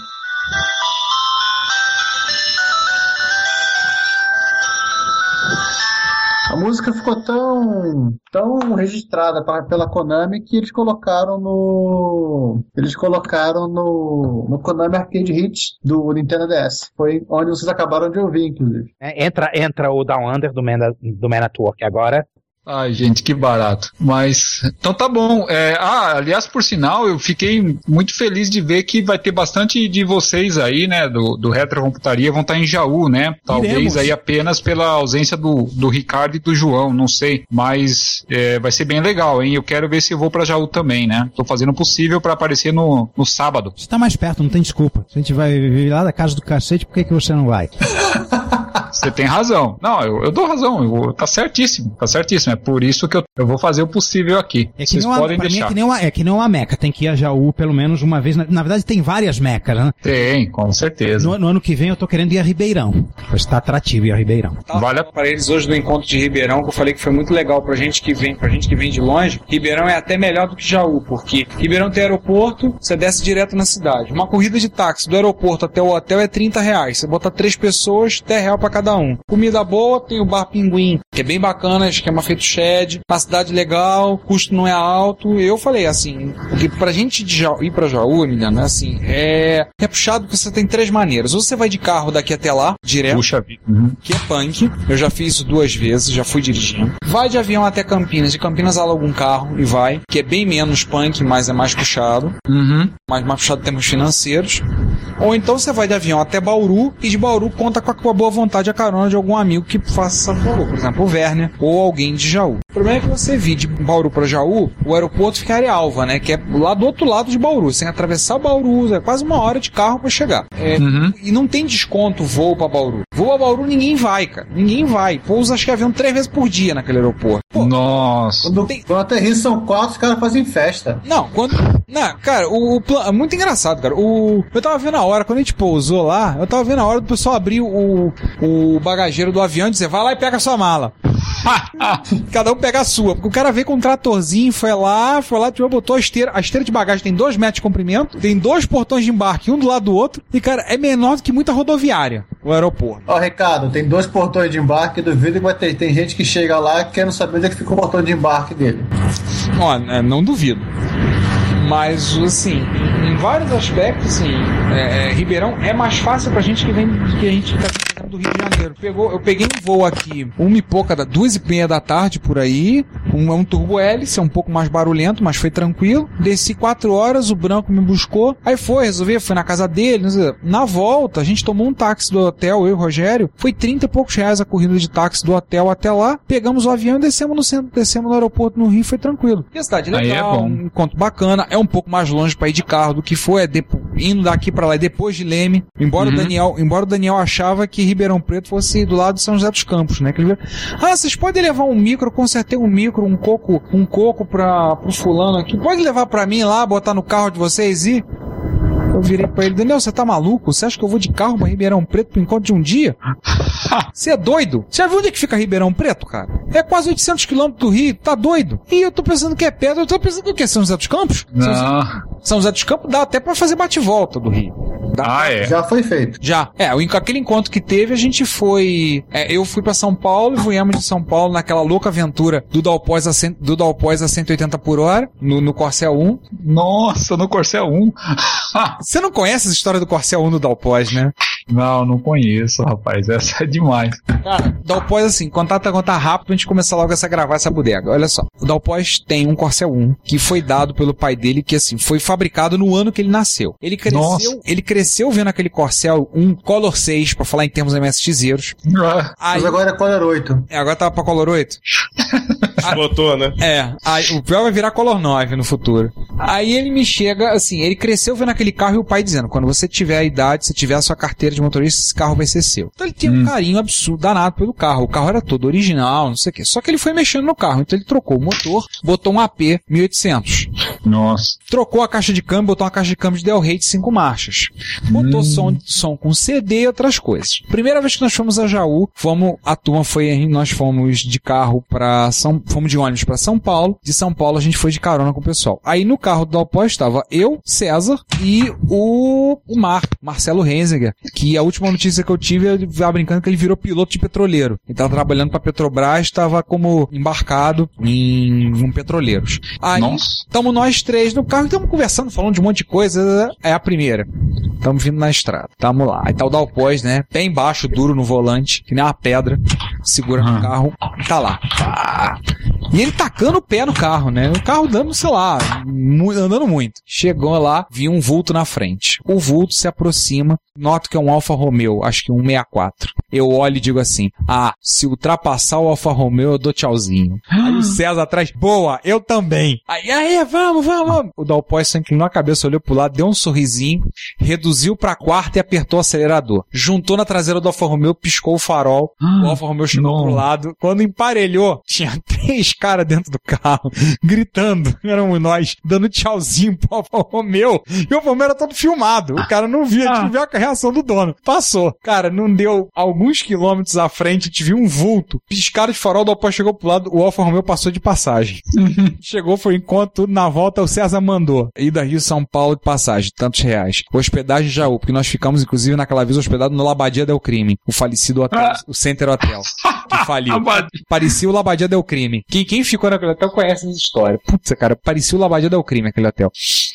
S7: A música ficou tão, tão registrada pra- pela Konami que eles colocaram no. Eles colocaram no. no Konami Arcade Hits do Nintendo DS. Foi onde vocês acabaram de ouvir, inclusive.
S2: É, entra, entra o Down Under do Man, do Man at Work agora.
S12: Ai, gente, que barato. Mas, então tá bom. É, ah, aliás, por sinal, eu fiquei muito feliz de ver que vai ter bastante de vocês aí, né, do, do Retrocomputaria, vão estar em Jaú, né? Talvez
S38: Iremos.
S12: aí apenas pela ausência do, do Ricardo e do João, não sei. Mas é, vai ser bem legal, hein? Eu quero ver se eu vou pra Jaú também, né? Tô fazendo o possível pra aparecer no, no sábado.
S38: Você tá mais perto, não tem desculpa. Se a gente vai vir lá da casa do cacete, por que, que você não vai?
S12: <laughs> Você tem razão. Não, eu, eu dou razão. Eu- tá certíssimo, tá certíssimo. É por isso que eu, eu vou fazer o possível aqui.
S38: É que
S12: Vocês
S38: nem uma,
S12: podem
S38: pra mim
S12: deixar.
S38: é que, nem uma, é que nem uma meca, tem que ir a Jaú pelo menos uma vez. Na, na verdade, tem várias mecas, né?
S12: Tem, com certeza.
S38: No, no ano que vem eu tô querendo ir a Ribeirão. Vai estar atrativo ir a Ribeirão.
S12: Vale a
S6: Para eles hoje do encontro de Ribeirão, que eu falei que foi muito legal pra gente que vem, pra gente que vem de longe, Ribeirão é até melhor do que Jaú, porque Ribeirão tem aeroporto, você desce direto na cidade. Uma corrida de táxi do aeroporto até o hotel é 30 reais. Você bota três pessoas, 10 reais pra cada um. Comida boa, tem o bar pinguim, que é bem bacana, esquema feito shed, uma cidade legal, custo não é alto. Eu falei assim, porque pra gente de Jaú, ir pra Jaú, Emiliano, é assim, é, é puxado porque você tem três maneiras. Ou você vai de carro daqui até lá, direto
S12: Puxa vida. uhum.
S6: que é punk. Eu já fiz isso duas vezes, já fui dirigindo. Vai de avião até Campinas, de Campinas aluga um carro e vai, que é bem menos punk, mas é mais puxado.
S12: Uhum.
S6: Mas mais puxado em termos financeiros. Ou então você vai de avião até Bauru e de Bauru conta com a, com a boa vontade e a carona de algum amigo que faça essa favor, por exemplo, o Werner ou alguém de Jaú. O problema é que você vir de Bauru para Jaú, o aeroporto fica em Arealva, né? Que é lá do outro lado de Bauru. Você tem que atravessar Bauru, é quase uma hora de carro para chegar. É, E não tem desconto voo para Bauru. Voo a Bauru ninguém vai, cara. Ninguém vai. Pousa acho que avião três vezes por dia naquele aeroporto.
S12: Nossa.
S7: Quando, quando aterrissa são quatro, os caras fazem festa.
S6: Não, quando. Não, cara, o, o plan- É muito engraçado, cara. O... Eu tava vendo a hora, quando a gente pousou lá, <laughs> eu tava vendo a hora do pessoal abrir o, o bagageiro do avião e dizer, vai lá e pega a sua mala. Cada um pega a sua. Porque o cara veio com um tratorzinho, foi lá, foi lá, tirou, botou a esteira. A esteira de bagagem tem dois metros de comprimento, tem dois portões de embarque, um do lado do outro. E, cara, é menor do que muita rodoviária o aeroporto.
S7: Ó, recado, tem dois portões de embarque, duvido que vai ter. Tem gente que chega lá querendo saber onde é que fica o portão de embarque dele.
S6: Ó, é, não duvido. Mas, assim, em, em vários aspectos, assim, é, é, Ribeirão é mais fácil pra gente que vem que a gente tá vindo do Rio de Janeiro. Pegou, eu peguei um voo aqui, uma e pouca, da, duas e meia da tarde por aí, um, é um turbo hélice, é um pouco mais barulhento, mas foi tranquilo. Desci quatro horas, o branco me buscou, aí foi, resolvi, fui na casa dele, não sei, na volta, a gente tomou um táxi do hotel, eu e o Rogério, foi 30 e poucos reais a corrida de táxi do hotel até lá, pegamos o avião e descemos no centro, descemos no aeroporto no Rio, foi tranquilo. E a cidade
S8: Aí é
S6: legal,
S8: bom.
S6: um encontro bacana, é um pouco mais longe pra ir de carro do que foi, é depo- indo daqui pra lá, é depois de Leme, embora o
S8: Uhum.
S6: Daniel, embora o Daniel achava que Ribeirão Preto fosse do lado de São José dos Campos, né? Que ele... Ah, vocês podem levar um micro, eu consertei um micro, um coco, um coco para pro fulano aqui. Pode levar pra mim lá, botar no carro de vocês e eu virei pra ele, Daniel, você tá maluco? Você acha que eu vou de carro pra Ribeirão Preto pro encontro de um dia? Você é doido? Você já viu onde é que fica Ribeirão Preto, cara? É quase 800 quilômetros do Rio, tá doido? E eu tô pensando que é perto, eu tô pensando que o quê? São José dos Campos? São José- São José dos Campos dá até pra fazer bate-volta do Rio.
S8: ah, é.
S7: Já foi feito.
S6: Já. É, o, enco- aquele encontro que teve, a gente foi. é, eu fui pra São Paulo e viemos de São Paulo naquela louca aventura do Dalpós a, cen- do Dalpós a 180 por hora, no, no Corcel 1.
S8: Nossa, no Corcel <laughs> 1.
S6: Você não conhece essa história do Corcel 1 do Dalpós, né?
S8: Não, não conheço, rapaz. Essa é demais.
S6: Cara, Dalpós, assim, contar, contar rápido pra gente começar logo essa gravar essa bodega. Olha só, o Dalpós tem um Corcel 1 que foi dado pelo pai dele, que assim, foi fabricado no ano que ele nasceu. Ele cresceu,
S8: Nossa.
S6: ele cresceu vendo aquele Corcel 1 Color 6, pra falar em termos MSXeiros.
S8: Ah,
S7: Mas agora é Color 8.
S6: É, agora tá pra Color 8?
S9: Botou, né?
S6: É, aí, o pior vai virar Color 9 no futuro. Aí ele me chega, assim, ele cresceu vendo aquele carro e o pai dizendo: quando você tiver a idade, se tiver a sua carteira de motorista, esse carro vai ser seu. Então ele tinha um carinho absurdo, danado pelo carro. O carro era todo original, não sei o quê. Só que ele foi mexendo no carro, então ele trocou o motor, botou um AP 1800.
S8: Nossa.
S6: Trocou a caixa de câmbio, botou uma caixa de câmbio de Del Rey de cinco marchas. Botou som, som com CD e outras coisas. Primeira vez que nós fomos a Jaú, fomos, a turma foi, nós fomos de carro para São, fomos de ônibus para São Paulo. De São Paulo a gente foi de carona com o pessoal. Aí no carro do Alpós estava eu, César e o, o Mar, Marcelo Renziger, que a última notícia que eu tive, ele tava brincando que ele virou piloto de petroleiro. Ele tava trabalhando para Petrobras, estava como embarcado em, em petroleiros. Aí estamos nós três no carro, estamos conversando, falando de um monte de coisa. É a primeira. Estamos vindo na estrada. Tamo lá. Aí tá o Dalpós, né? Bem baixo, duro no volante, que nem uma pedra. Segura no carro. Tá lá. Pá. E ele tacando o pé no carro, né? O carro dando, sei lá, mu- andando muito. Chegou lá, vi um vulto na frente. O vulto se aproxima, noto que é um Alfa Romeo, acho que um 64. Eu olho e digo assim: ah, se ultrapassar o Alfa Romeo, eu dou tchauzinho. Aí o César atrás, boa, eu também. Aí, aí, vamos, vamos, vamos. O Dalpós só inclinou a cabeça, olhou pro lado, deu um sorrisinho, reduziu pra quarta e apertou o acelerador. Juntou na traseira do Alfa Romeo, piscou o farol. O Alfa Romeo chegou pro lado. Quando emparelhou, tinha <laughs> três caras dentro do carro, gritando. Éramos nós, dando tchauzinho pro Alfa Romeo. E o Alfa Romeo era todo filmado. O cara não via, a gente não viu a reação do dono. Passou. Cara, não deu alguns quilômetros à frente, tive um vulto. Piscaram de farol, o Dalpós chegou pro lado, o Alfa Romeo passou de passagem. Chegou, foi enquanto tudo na volta, o César mandou. Ida Rio São Paulo de passagem, tantos reais. Hospedagem em Jaú, porque nós ficamos, inclusive, naquela vez hospedados no Labadia Del Crime, o falecido hotel, o Center Hotel. Que faliu. parecia o Labadia Del Crime. Quem, quem ficou naquele hotel conhece essa história. Putz, cara, parecia o Labadia Del Crime aquele hotel.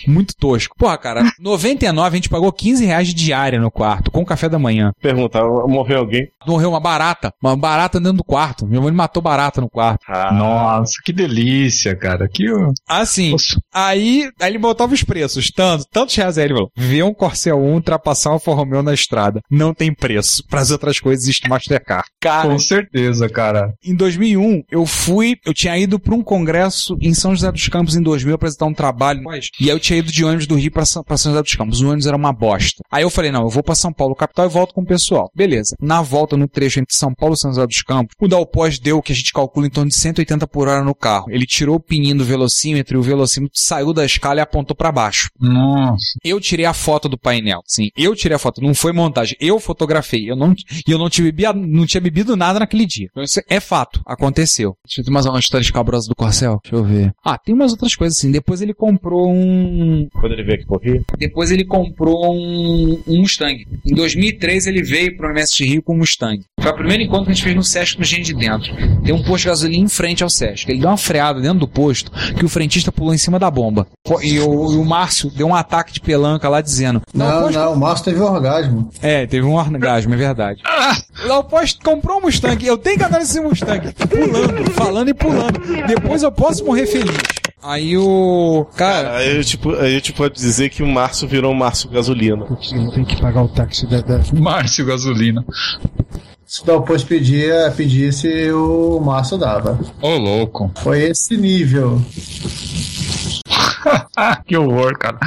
S6: Muito tosco. Porra, cara, 99 a gente pagou 15 reais de diária no quarto, com café da manhã.
S9: Pergunta, morreu alguém?
S6: Morreu uma barata, uma barata dentro do quarto. Minha mãe matou barata no quarto.
S3: Tá.
S8: Nossa, que delícia, cara. Que...
S6: Assim, aí, aí ele botava os preços, tanto, tantos reais aí, ele falou, ver um Corcel 1 ultrapassar um Alfa Romeo na estrada, não tem preço. Para as outras coisas existe Mastercard. Cara,
S8: Com certeza, cara.
S6: em 2001, eu fui, eu tinha ido para um congresso em São José dos Campos em 2000 apresentar um trabalho, e aí eu tinha ido de ônibus do Rio para São, pra São José dos Campos. O ônibus era uma bosta. Aí eu falei, não, eu vou para São Paulo, capital, e volto com o pessoal. Beleza. Na volta, no trecho entre São Paulo e São José dos Campos, o Dalpós deu o que a gente calcula em torno de 180 por hora no carro. Ele tirou o pininho do velocímetro e o velocímetro saiu da escala e apontou para baixo.
S8: Nossa.
S6: Eu tirei a foto do painel. Sim, eu tirei a foto. Não foi montagem. Eu fotografei. Eu não, e eu não, tinha bebido, não tinha bebido nada naquele dia.
S9: dia. Então, isso é fato, aconteceu. Deixa eu ter mais uma história escabrosa do Corcel. Deixa eu ver. Ah, tem umas outras coisas assim. Depois ele comprou um.
S39: Quando ele veio aqui um pouquinho.
S6: Depois ele comprou um, um Mustang. Em 2003 ele veio para o MS Rio com um Mustang. Foi o primeiro encontro que a gente fez no Sesc no Gente de Dentro. Tem um posto de gasolina em frente ao Sesc. Ele deu uma freada dentro do posto que o frentista pulou em cima da bomba. E o, e o Márcio deu um ataque de pelanca lá dizendo:
S7: Não,
S9: posto-
S7: não, o Márcio teve um orgasmo.
S9: É, teve um orgasmo,
S40: <laughs>
S9: é verdade. Lá o posto comprou um Mustang. Eu tenho que andar nesse Mustang. Pulando, falando e pulando. Depois eu posso morrer feliz. Aí o. Cara.
S3: aí, eu, tipo, aí eu, tipo, pode dizer que o Márcio virou um Márcio gasolina.
S41: Tem que pagar o táxi da. da...
S40: Márcio Gasolina.
S7: Se o posto pedia, pedisse, é, o Márcio dava.
S40: Ô, louco.
S7: Foi esse nível.
S40: Ah, que horror, cara.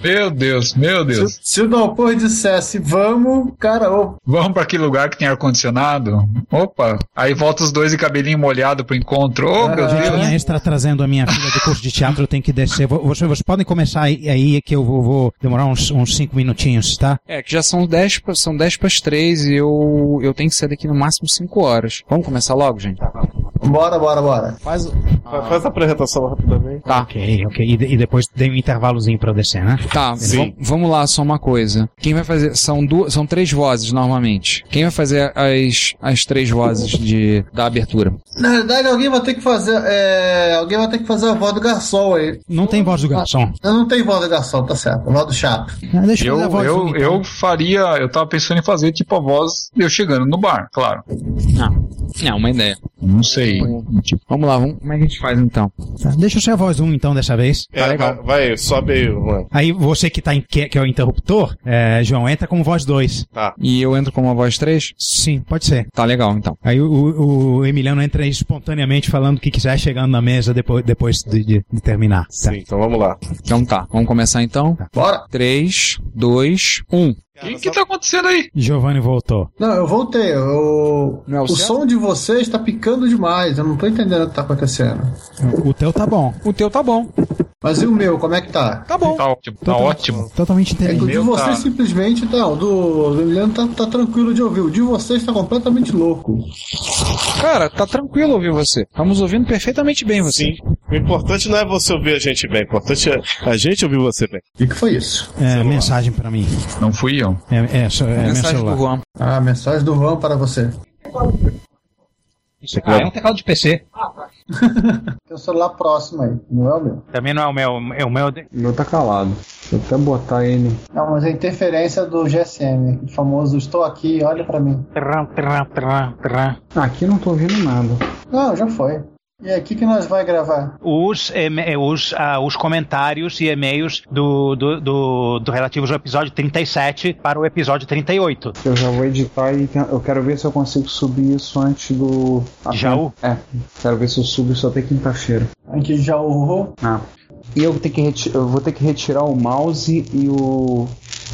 S40: Meu Deus, meu Deus.
S7: Se o Dalpor dissesse, vamos, cara, ô,
S40: Vamos para aquele lugar que tem ar-condicionado? Opa! Aí volta os dois de cabelinho molhado pro encontro. Ô, meu Deus!
S4: Minha extra trazendo a minha filha do curso de teatro, eu tenho que descer. Vo- Vocês, vocês podem começar aí, aí que eu vou, vou demorar uns, uns cinco minutinhos, tá?
S6: É, que já são 10 são 10 para as 3 e eu eu tenho que sair daqui no máximo 5 horas. Vamos começar logo, gente?
S7: bora, bora, bora.
S3: Faz, faz a apresentação rapidamente.
S6: Tá.
S4: Ok, ok. E, de- e depois tem um intervalozinho pra eu descer, né?
S6: Tá,
S4: Sim.
S6: vam- vamos lá, só uma coisa. Quem vai fazer. São duas. São três vozes normalmente. Quem vai fazer as, as três vozes de, da abertura?
S7: Na verdade, alguém vai ter que fazer. é, alguém vai ter que fazer a voz do garçom aí.
S4: Não tem voz do garçom.
S7: Não, não tem voz do garçom, tá certo. A voz do chato.
S4: deixa
S40: eu, eu, eu faria, eu tava pensando em fazer tipo a voz de eu chegando no bar, claro.
S6: Não, é uma ideia.
S40: Não sei.
S6: vamos lá, vamos, como é que a gente faz então?
S4: Tá, Deixa eu ser a voz 1 então dessa vez.
S3: É, Vai, vai, sobe aí, mano.
S4: Aí você que, tá em, que, que é o interruptor, é, João, entra como voz 2.
S3: Tá.
S6: E eu entro como a voz 3?
S4: Sim, pode ser.
S6: Tá legal então.
S4: Aí o- o, o Emiliano entra espontaneamente falando o que quiser, chegando na mesa depois, depois de, de- de terminar.
S3: Sim, então vamos lá.
S6: Então tá, vamos começar então?
S7: Bora!
S6: 3, 2, 1.
S40: O que tá acontecendo aí?
S4: Giovanni voltou.
S7: Não, eu voltei. Eu...
S4: Não é o
S7: o
S4: certo?
S7: som de vocês tá picando demais. Eu não tô entendendo o que tá acontecendo.
S4: O teu tá bom.
S6: O teu tá bom.
S7: Mas e o meu, como é que tá?
S4: Tá bom.
S40: Tá ótimo, tá ótimo.
S4: Totalmente
S7: É que o de
S4: inteligente.
S7: vocês simplesmente tá. O do, do Emiliano tá, tá tranquilo de ouvir. O de vocês tá completamente louco.
S6: Cara, tá tranquilo ouvir você. Estamos ouvindo perfeitamente bem você.
S3: Sim. O importante não é você ouvir a gente bem, o importante é a gente ouvir você bem.
S7: O que foi isso?
S4: É, mensagem pra mim.
S40: Não fui eu.
S4: É, é, só- é meu celular.
S6: Juan.
S7: Ah, mensagem do Juan para você.
S4: Ah, é um teclado de PC.
S7: Tem o celular próximo aí, não é o meu.
S4: Também não é o meu, é o meu. de-
S2: O meu tá calado. Vou até botar ele.
S7: Não, mas é interferência do GSM, o famoso estou aqui, olha pra mim.
S2: Aqui eu não tô ouvindo nada.
S7: Não, já foi. E é aqui que nós vai gravar.
S12: Os, eme- os, ah, os comentários e e-mails do, do, do, do relativos ao episódio 37 para o episódio 38.
S2: Eu já vou editar e te- eu quero ver se eu consigo subir isso antes do. até-
S12: Jaú?
S2: É. Quero ver se eu subo isso até quinta-feira.
S7: Antes já urrou.
S2: Ah. E eu, vou ter que reti- eu vou ter que retirar o mouse e o.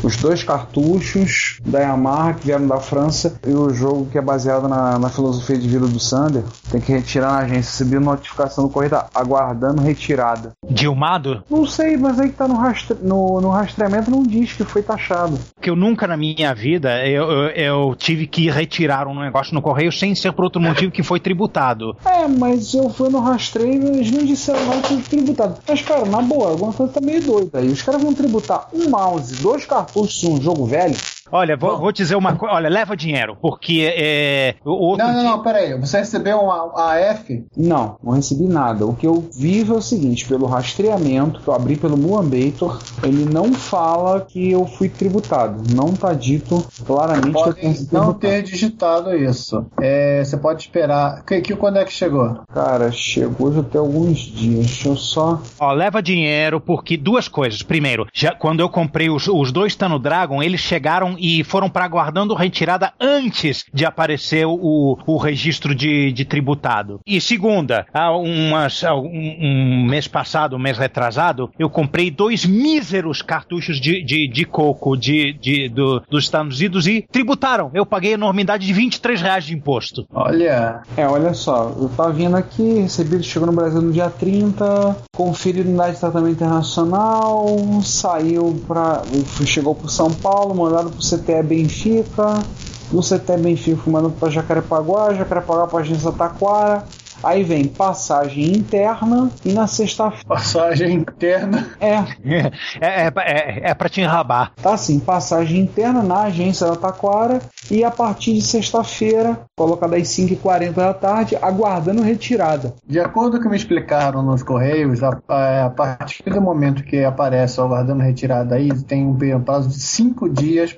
S2: Os dois cartuchos da Yamaha que vieram da França e o jogo que é baseado na, na filosofia de vida do Sander. Tem que retirar na agência. Subiu notificação do correio, tá aguardando retirada.
S12: Dilmado?
S2: Não sei, mas aí que tá no, rastre... no, no rastreamento não diz que foi taxado.
S12: Que eu nunca na minha vida eu, eu, eu tive que retirar um negócio no correio sem ser por outro motivo que foi tributado.
S2: É, mas eu fui no rastreio e eles não disseram nada sobre tributado. Mas, cara, na boa, alguma coisa tá meio doida aí. Os caras vão tributar um mouse, dois cartuchos, um jogo velho.
S12: Olha, vou, vou dizer uma coisa. Olha, leva dinheiro, porque é, o outro
S7: Não, não, não, peraí. Você recebeu um AF?
S2: Não, não recebi nada. O que eu vi é o seguinte: pelo rastreamento que eu abri pelo Muambator, ele não fala que eu fui tributado. Não tá dito claramente que eu tenho sido
S7: Não
S2: tributado.
S7: ter digitado isso. É, você pode esperar. Que, que quando é que chegou?
S2: Cara, chegou já tem alguns dias. Deixa eu só.
S12: Ó, leva dinheiro, porque duas coisas. Primeiro, já, quando eu comprei os, os dois Tano Dragon, eles chegaram e foram para aguardando retirada antes de aparecer o, o registro de, de tributado. E segunda, há umas, há um, um mês passado, um mês retrasado, eu comprei dois míseros cartuchos de, de, de coco de, de, do- dos Estados Unidos e tributaram. Eu paguei a enormidade de 23 reais de imposto. <laughs>
S7: Olha.
S2: É, olha só, eu tava vindo aqui, recebido, chegou no Brasil no dia 30, conferido na unidade de tratamento internacional, saiu pra. chegou pro São Paulo, mandado pro CTE Benfica, do CT Benfica mandando para Jacarepaguá, Jacarepaguá para agência Taquara. Aí vem passagem interna e na sexta-feira.
S7: Passagem <laughs> interna?
S2: É.
S12: É, é, é, é pra te enrabar.
S2: Tá sim, passagem interna na agência da Taquara e a partir de sexta-feira, colocada às 5h40 da tarde, aguardando retirada.
S7: De acordo com o que me explicaram nos Correios, a, a- a partir do momento que aparece o aguardando retirada aí, tem um pe- prazo de cinco dias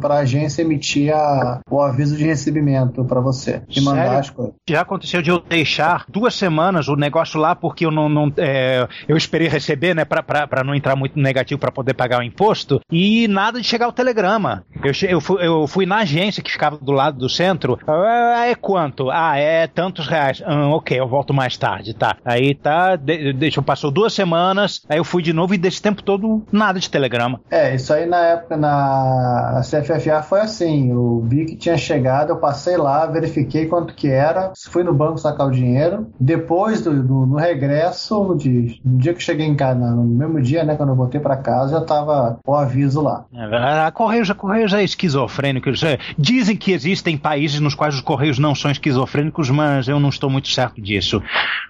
S7: para a agência emitir a- o aviso de recebimento para você e mandar
S12: Sério?
S7: as coisas.
S12: Já aconteceu de eu deixar duas semanas o negócio lá porque eu não, não, é, eu esperei receber, né, pra, pra, pra não entrar muito no negativo pra poder pagar o imposto e nada de chegar o telegrama. Eu, che- eu, fui, eu fui na agência que ficava do lado do centro. Ah, é quanto? Ah, é tantos reais. Ah, ok, eu volto mais tarde, tá? Aí tá, de, deixa, passou duas semanas, aí eu fui de novo e desse tempo todo nada de telegrama.
S7: É, isso aí na época na na CFFA foi assim, o BIC tinha chegado, eu passei lá, verifiquei quanto que era, fui no banco sacar o dinheiro, depois do, do- no regresso, de, no dia que eu cheguei em casa, no mesmo dia, né, quando eu voltei pra casa, já tava o aviso lá.
S12: A Ah, Correios, a Correios é esquizofrênico. Eles, é, Dizem que existem países nos quais os Correios não são esquizofrênicos, mas eu não estou muito certo disso.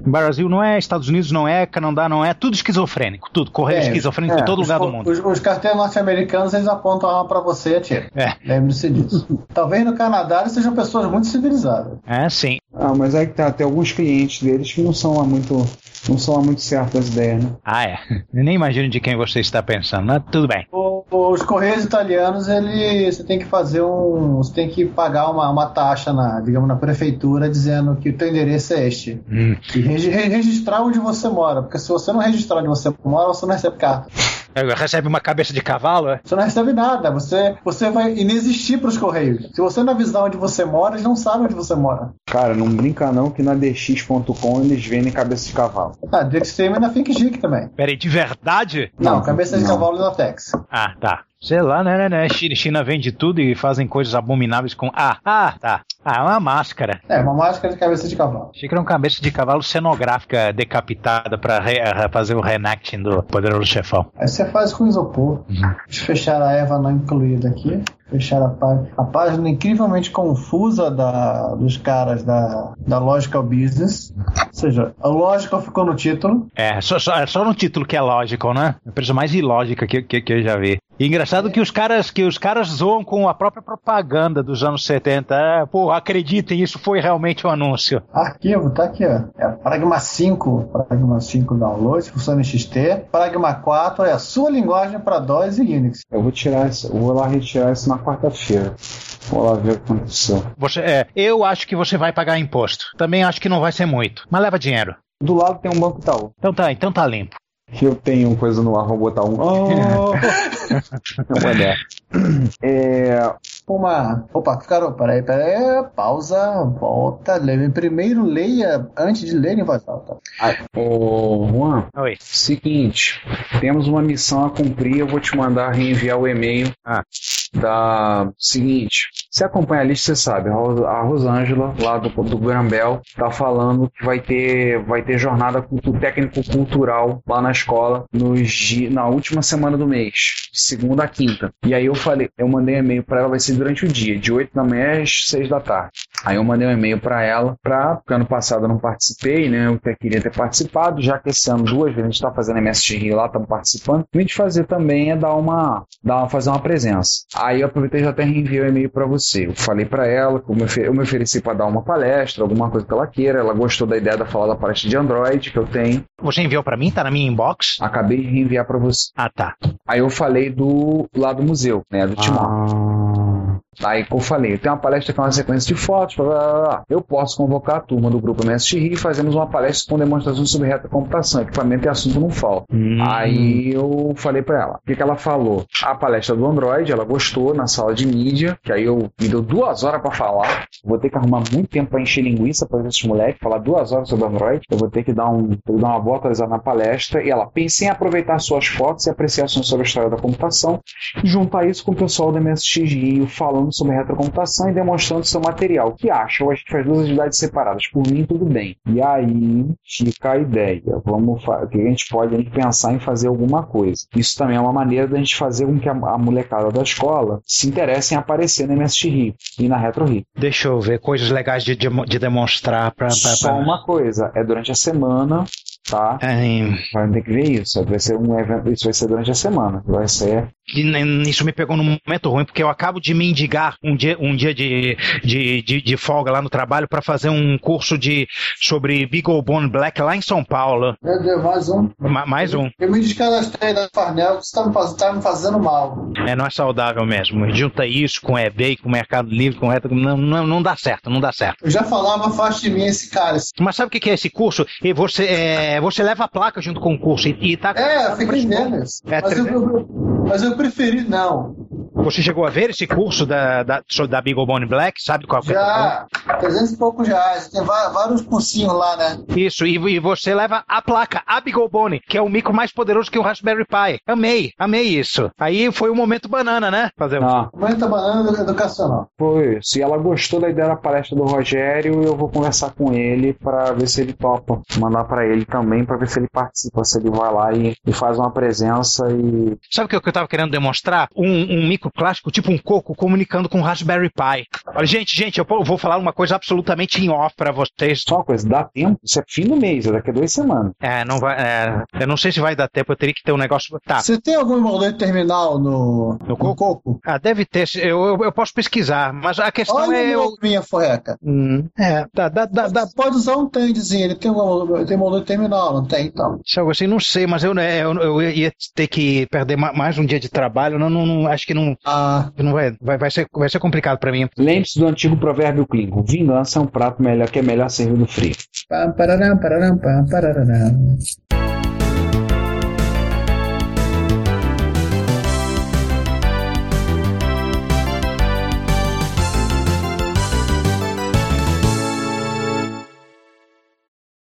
S12: Brasil não é, Estados Unidos não é, Canadá não é, tudo esquizofrênico, tudo. Correio
S7: É,
S12: esquizofrênico
S7: é,
S12: em todo
S7: os
S12: lugar
S7: co-
S12: do mundo.
S7: Os, os carteiros norte-americanos, eles apontam a arma pra você e atiram.
S12: É.
S7: Lembre-se disso. Talvez no Canadá eles sejam pessoas muito civilizadas.
S12: É, sim.
S2: Ah, mas aí que tá, tem alguns clientes deles que não são lá muito. não são lá muito certas as ideias, né?
S12: Ah, é. Eu nem imagino de quem você está pensando, mas tudo bem.
S7: O- Os correios italianos, ele, você tem que fazer um, você tem que pagar uma, uma taxa na, digamos, na prefeitura dizendo que o teu endereço é este. E regi- re- registrar onde você mora, porque se você não registrar onde você mora, você não recebe carta.
S12: Recebe uma cabeça de cavalo, é?
S7: Você não recebe nada, você, você vai inexistir para os correios. Se você não avisar onde você mora, eles não sabem onde você mora.
S2: Cara, não brinca não que na DX.com eles vendem cabeça de cavalo.
S7: Ah, do Extreme na Think Geek também.
S12: Peraí, de verdade?
S7: Não, cabeça de
S12: não.
S7: cavalo da Tex.
S12: Ah, tá. Sei lá, né, né, né? China- China vende tudo e fazem coisas abomináveis com. Ah, ah, tá. Ah, é uma máscara.
S7: É, uma máscara de cabeça de cavalo.
S12: Achei que era uma cabeça de cavalo cenográfica decapitada pra re- eh, fazer o reenacting do Poderoso Chefão.
S7: Aí você faz com isopor. Deixa eu fechar a Eva não incluída aqui. Fechar a, pá- a página incrivelmente confusa da, dos caras da, da Logical Business. Ou seja, a Logical ficou no título.
S12: É, só, só, é só no título que é lógico, né? É a coisa mais ilógica que, que, que eu já vi. E engraçado que os caras que os caras zoam com a própria propaganda dos anos 70. É, pô, acreditem, isso foi realmente um anúncio.
S7: Arquivo, tá aqui, ó. É Pragma 5, Pragma 5 download, funciona em XT. Pragma 4 é a sua linguagem para DOS e Unix.
S2: Eu vou tirar isso, eu vou lá retirar isso na quarta-feira. Vou lá ver o que aconteceu.
S12: Você, é, eu acho que você vai pagar imposto. Também acho que não vai ser muito. Mas leva dinheiro.
S2: Do lado tem um banco Itaú.
S12: Então tá, então tá limpo.
S2: Eu tenho coisa no ar, vou botar um. Oh! Não vai dar.
S7: É. Uma. Opa, Carol, peraí, peraí. Pausa, volta. Leve. Primeiro leia antes de ler em voz alta.
S2: Ai, Ô, Juan.
S12: Oi.
S2: Seguinte, temos uma missão a cumprir. Eu vou te mandar reenviar o e-mail da. Seguinte, você acompanha a lista, você sabe. a Ro- A Rosângela, lá do, do Grambel, tá falando que vai ter, vai ter jornada cultu- técnico-cultural lá na escola nos, di- na última semana do mês, de segunda a quinta. E aí eu falei, eu mandei um e-mail pra ela, vai ser durante o dia, de 8 da manhã às 6 da tarde. Aí eu mandei um e-mail pra ela, pra, porque ano passado eu não participei, né? Eu até queria ter participado, já que esse ano duas vezes a gente tá fazendo MSG lá, estamos participando. O que a gente fazer também é dar uma, dar uma- fazer uma presença. Aí eu aproveitei e já até reenviei o e-mail pra você. Eu falei pra ela, que eu me, ofe- eu me ofereci pra dar uma palestra, alguma coisa que ela queira. Ela gostou da ideia da falar da palestra de Android que eu tenho.
S12: Você enviou pra mim? Tá na minha inbox?
S2: Acabei de reenviar pra você.
S12: Ah, tá. Ah,
S2: Aí eu falei do lá do museu, né? Do Timó. Aí que eu falei, tem uma palestra que é uma sequência de fotos, blá, blá, blá, blá. eu posso convocar a turma do grupo MSX e fazemos uma palestra com demonstração sobre reta computação, equipamento e assunto não falta.
S3: Hum,
S6: Hum.
S2: Aí eu falei pra ela, o que, que ela falou? A palestra do Android, ela gostou na sala de mídia, que aí eu me deu duas horas pra falar, vou ter que arrumar muito tempo pra encher linguiça pra esses moleques, falar duas horas sobre Android, eu vou ter que dar, um, ter que dar uma boa atualizada na palestra, e ela, pensei em aproveitar suas fotos e apreciações sobre a história da computação, e juntar isso com o pessoal da MSX Rio falando falando sobre retrocomputação e demonstrando seu material. O que acha? Ou a gente faz duas atividades separadas? Por mim, tudo bem. E aí fica a ideia. Vamos fa- o que a gente pode a gente pensar em fazer alguma coisa. Isso também é uma maneira da gente fazer com que a, a molecada da escola se interesse em aparecer na MST Rio e na Retro Rio.
S3: Deixa eu ver coisas legais de, de, de demonstrar pra. pra,
S2: Só
S3: pra- É,
S2: uma coisa, é durante a semana, tá? Vai ter que ver isso. Vai ser um evento, isso vai ser durante a semana. Vai ser
S3: que n- Isso me pegou num momento ruim, porque eu acabo de mendigar um dia, um dia de, de, de, de folga lá no trabalho pra fazer um curso de, sobre Beagle Bone Black lá em São Paulo.
S7: Meu Deus, mais um.
S3: Ma- mais um.
S7: Eu me descadastrei da Farnel, que você tá me, faz- tá me fazendo mal.
S3: É, não é saudável mesmo. Junta isso com eBay, com Mercado Livre, com Retro. Não, não, não dá certo, não dá certo.
S7: Eu já falava, faz de mim esse cara.
S3: Mas sabe o que que é esse curso? E você, é, você leva a placa junto com o curso e, e tá. É,
S7: É, eu fiquei neles. Mas eu, eu- mas eu preferi não.
S3: Você chegou a ver esse curso da, da, sobre- da Big Bone Black? Sabe qual que é?
S7: Já, 300 e poucos reais. Tem va- vários cursinhos lá, né?
S3: Isso, e, e você leva a placa, a Bigobone, que é o micro mais poderoso que o Raspberry Pi. Amei, amei isso. Aí foi o momento banana, né? Fazer
S2: Ah.
S7: Comenta banana educacional.
S2: Foi isso. E ela gostou da ideia da palestra do Rogério, eu vou conversar com ele pra ver se ele topa. Mandar pra ele também pra ver se ele participa, se ele vai lá e, e faz uma presença e.
S3: Sabe o que eu- que eu tava querendo demonstrar? Um, um micro plástico, tipo um coco, comunicando com o Raspberry Pi. Olha, gente, gente, eu po- vou falar uma coisa absolutamente em off pra vocês.
S2: Só uma coisa, dá tempo? Isso é fim do mês, é daqui a duas semanas.
S3: É, não vai. é, eu não sei se vai dar tempo, eu teria que ter um negócio. Tá.
S7: Você tem algum envolvente terminal no, no coco?
S3: Ah, deve ter. se- Eu, eu, eu posso pesquisar, mas a questão
S7: Olha
S3: é. Eu...
S7: minha forreca.
S3: é, dá, dá, dá, dá.
S7: Pode usar um tandezinho, ele tem um, tem um moldura terminal, não tem então.
S3: Sabe assim, não sei, mas eu, né, eu, eu ia ter que perder ma- mais um dia de trabalho. Não, não, não- acho que não.
S7: Ah.
S3: Não vai, vai, vai, ser, vai ser complicado pra mim.
S2: Lembre-se do antigo provérbio clínico: vingança é um prato melhor que é melhor servido frio.
S7: Pam, pararam, pararam, pam, pararam.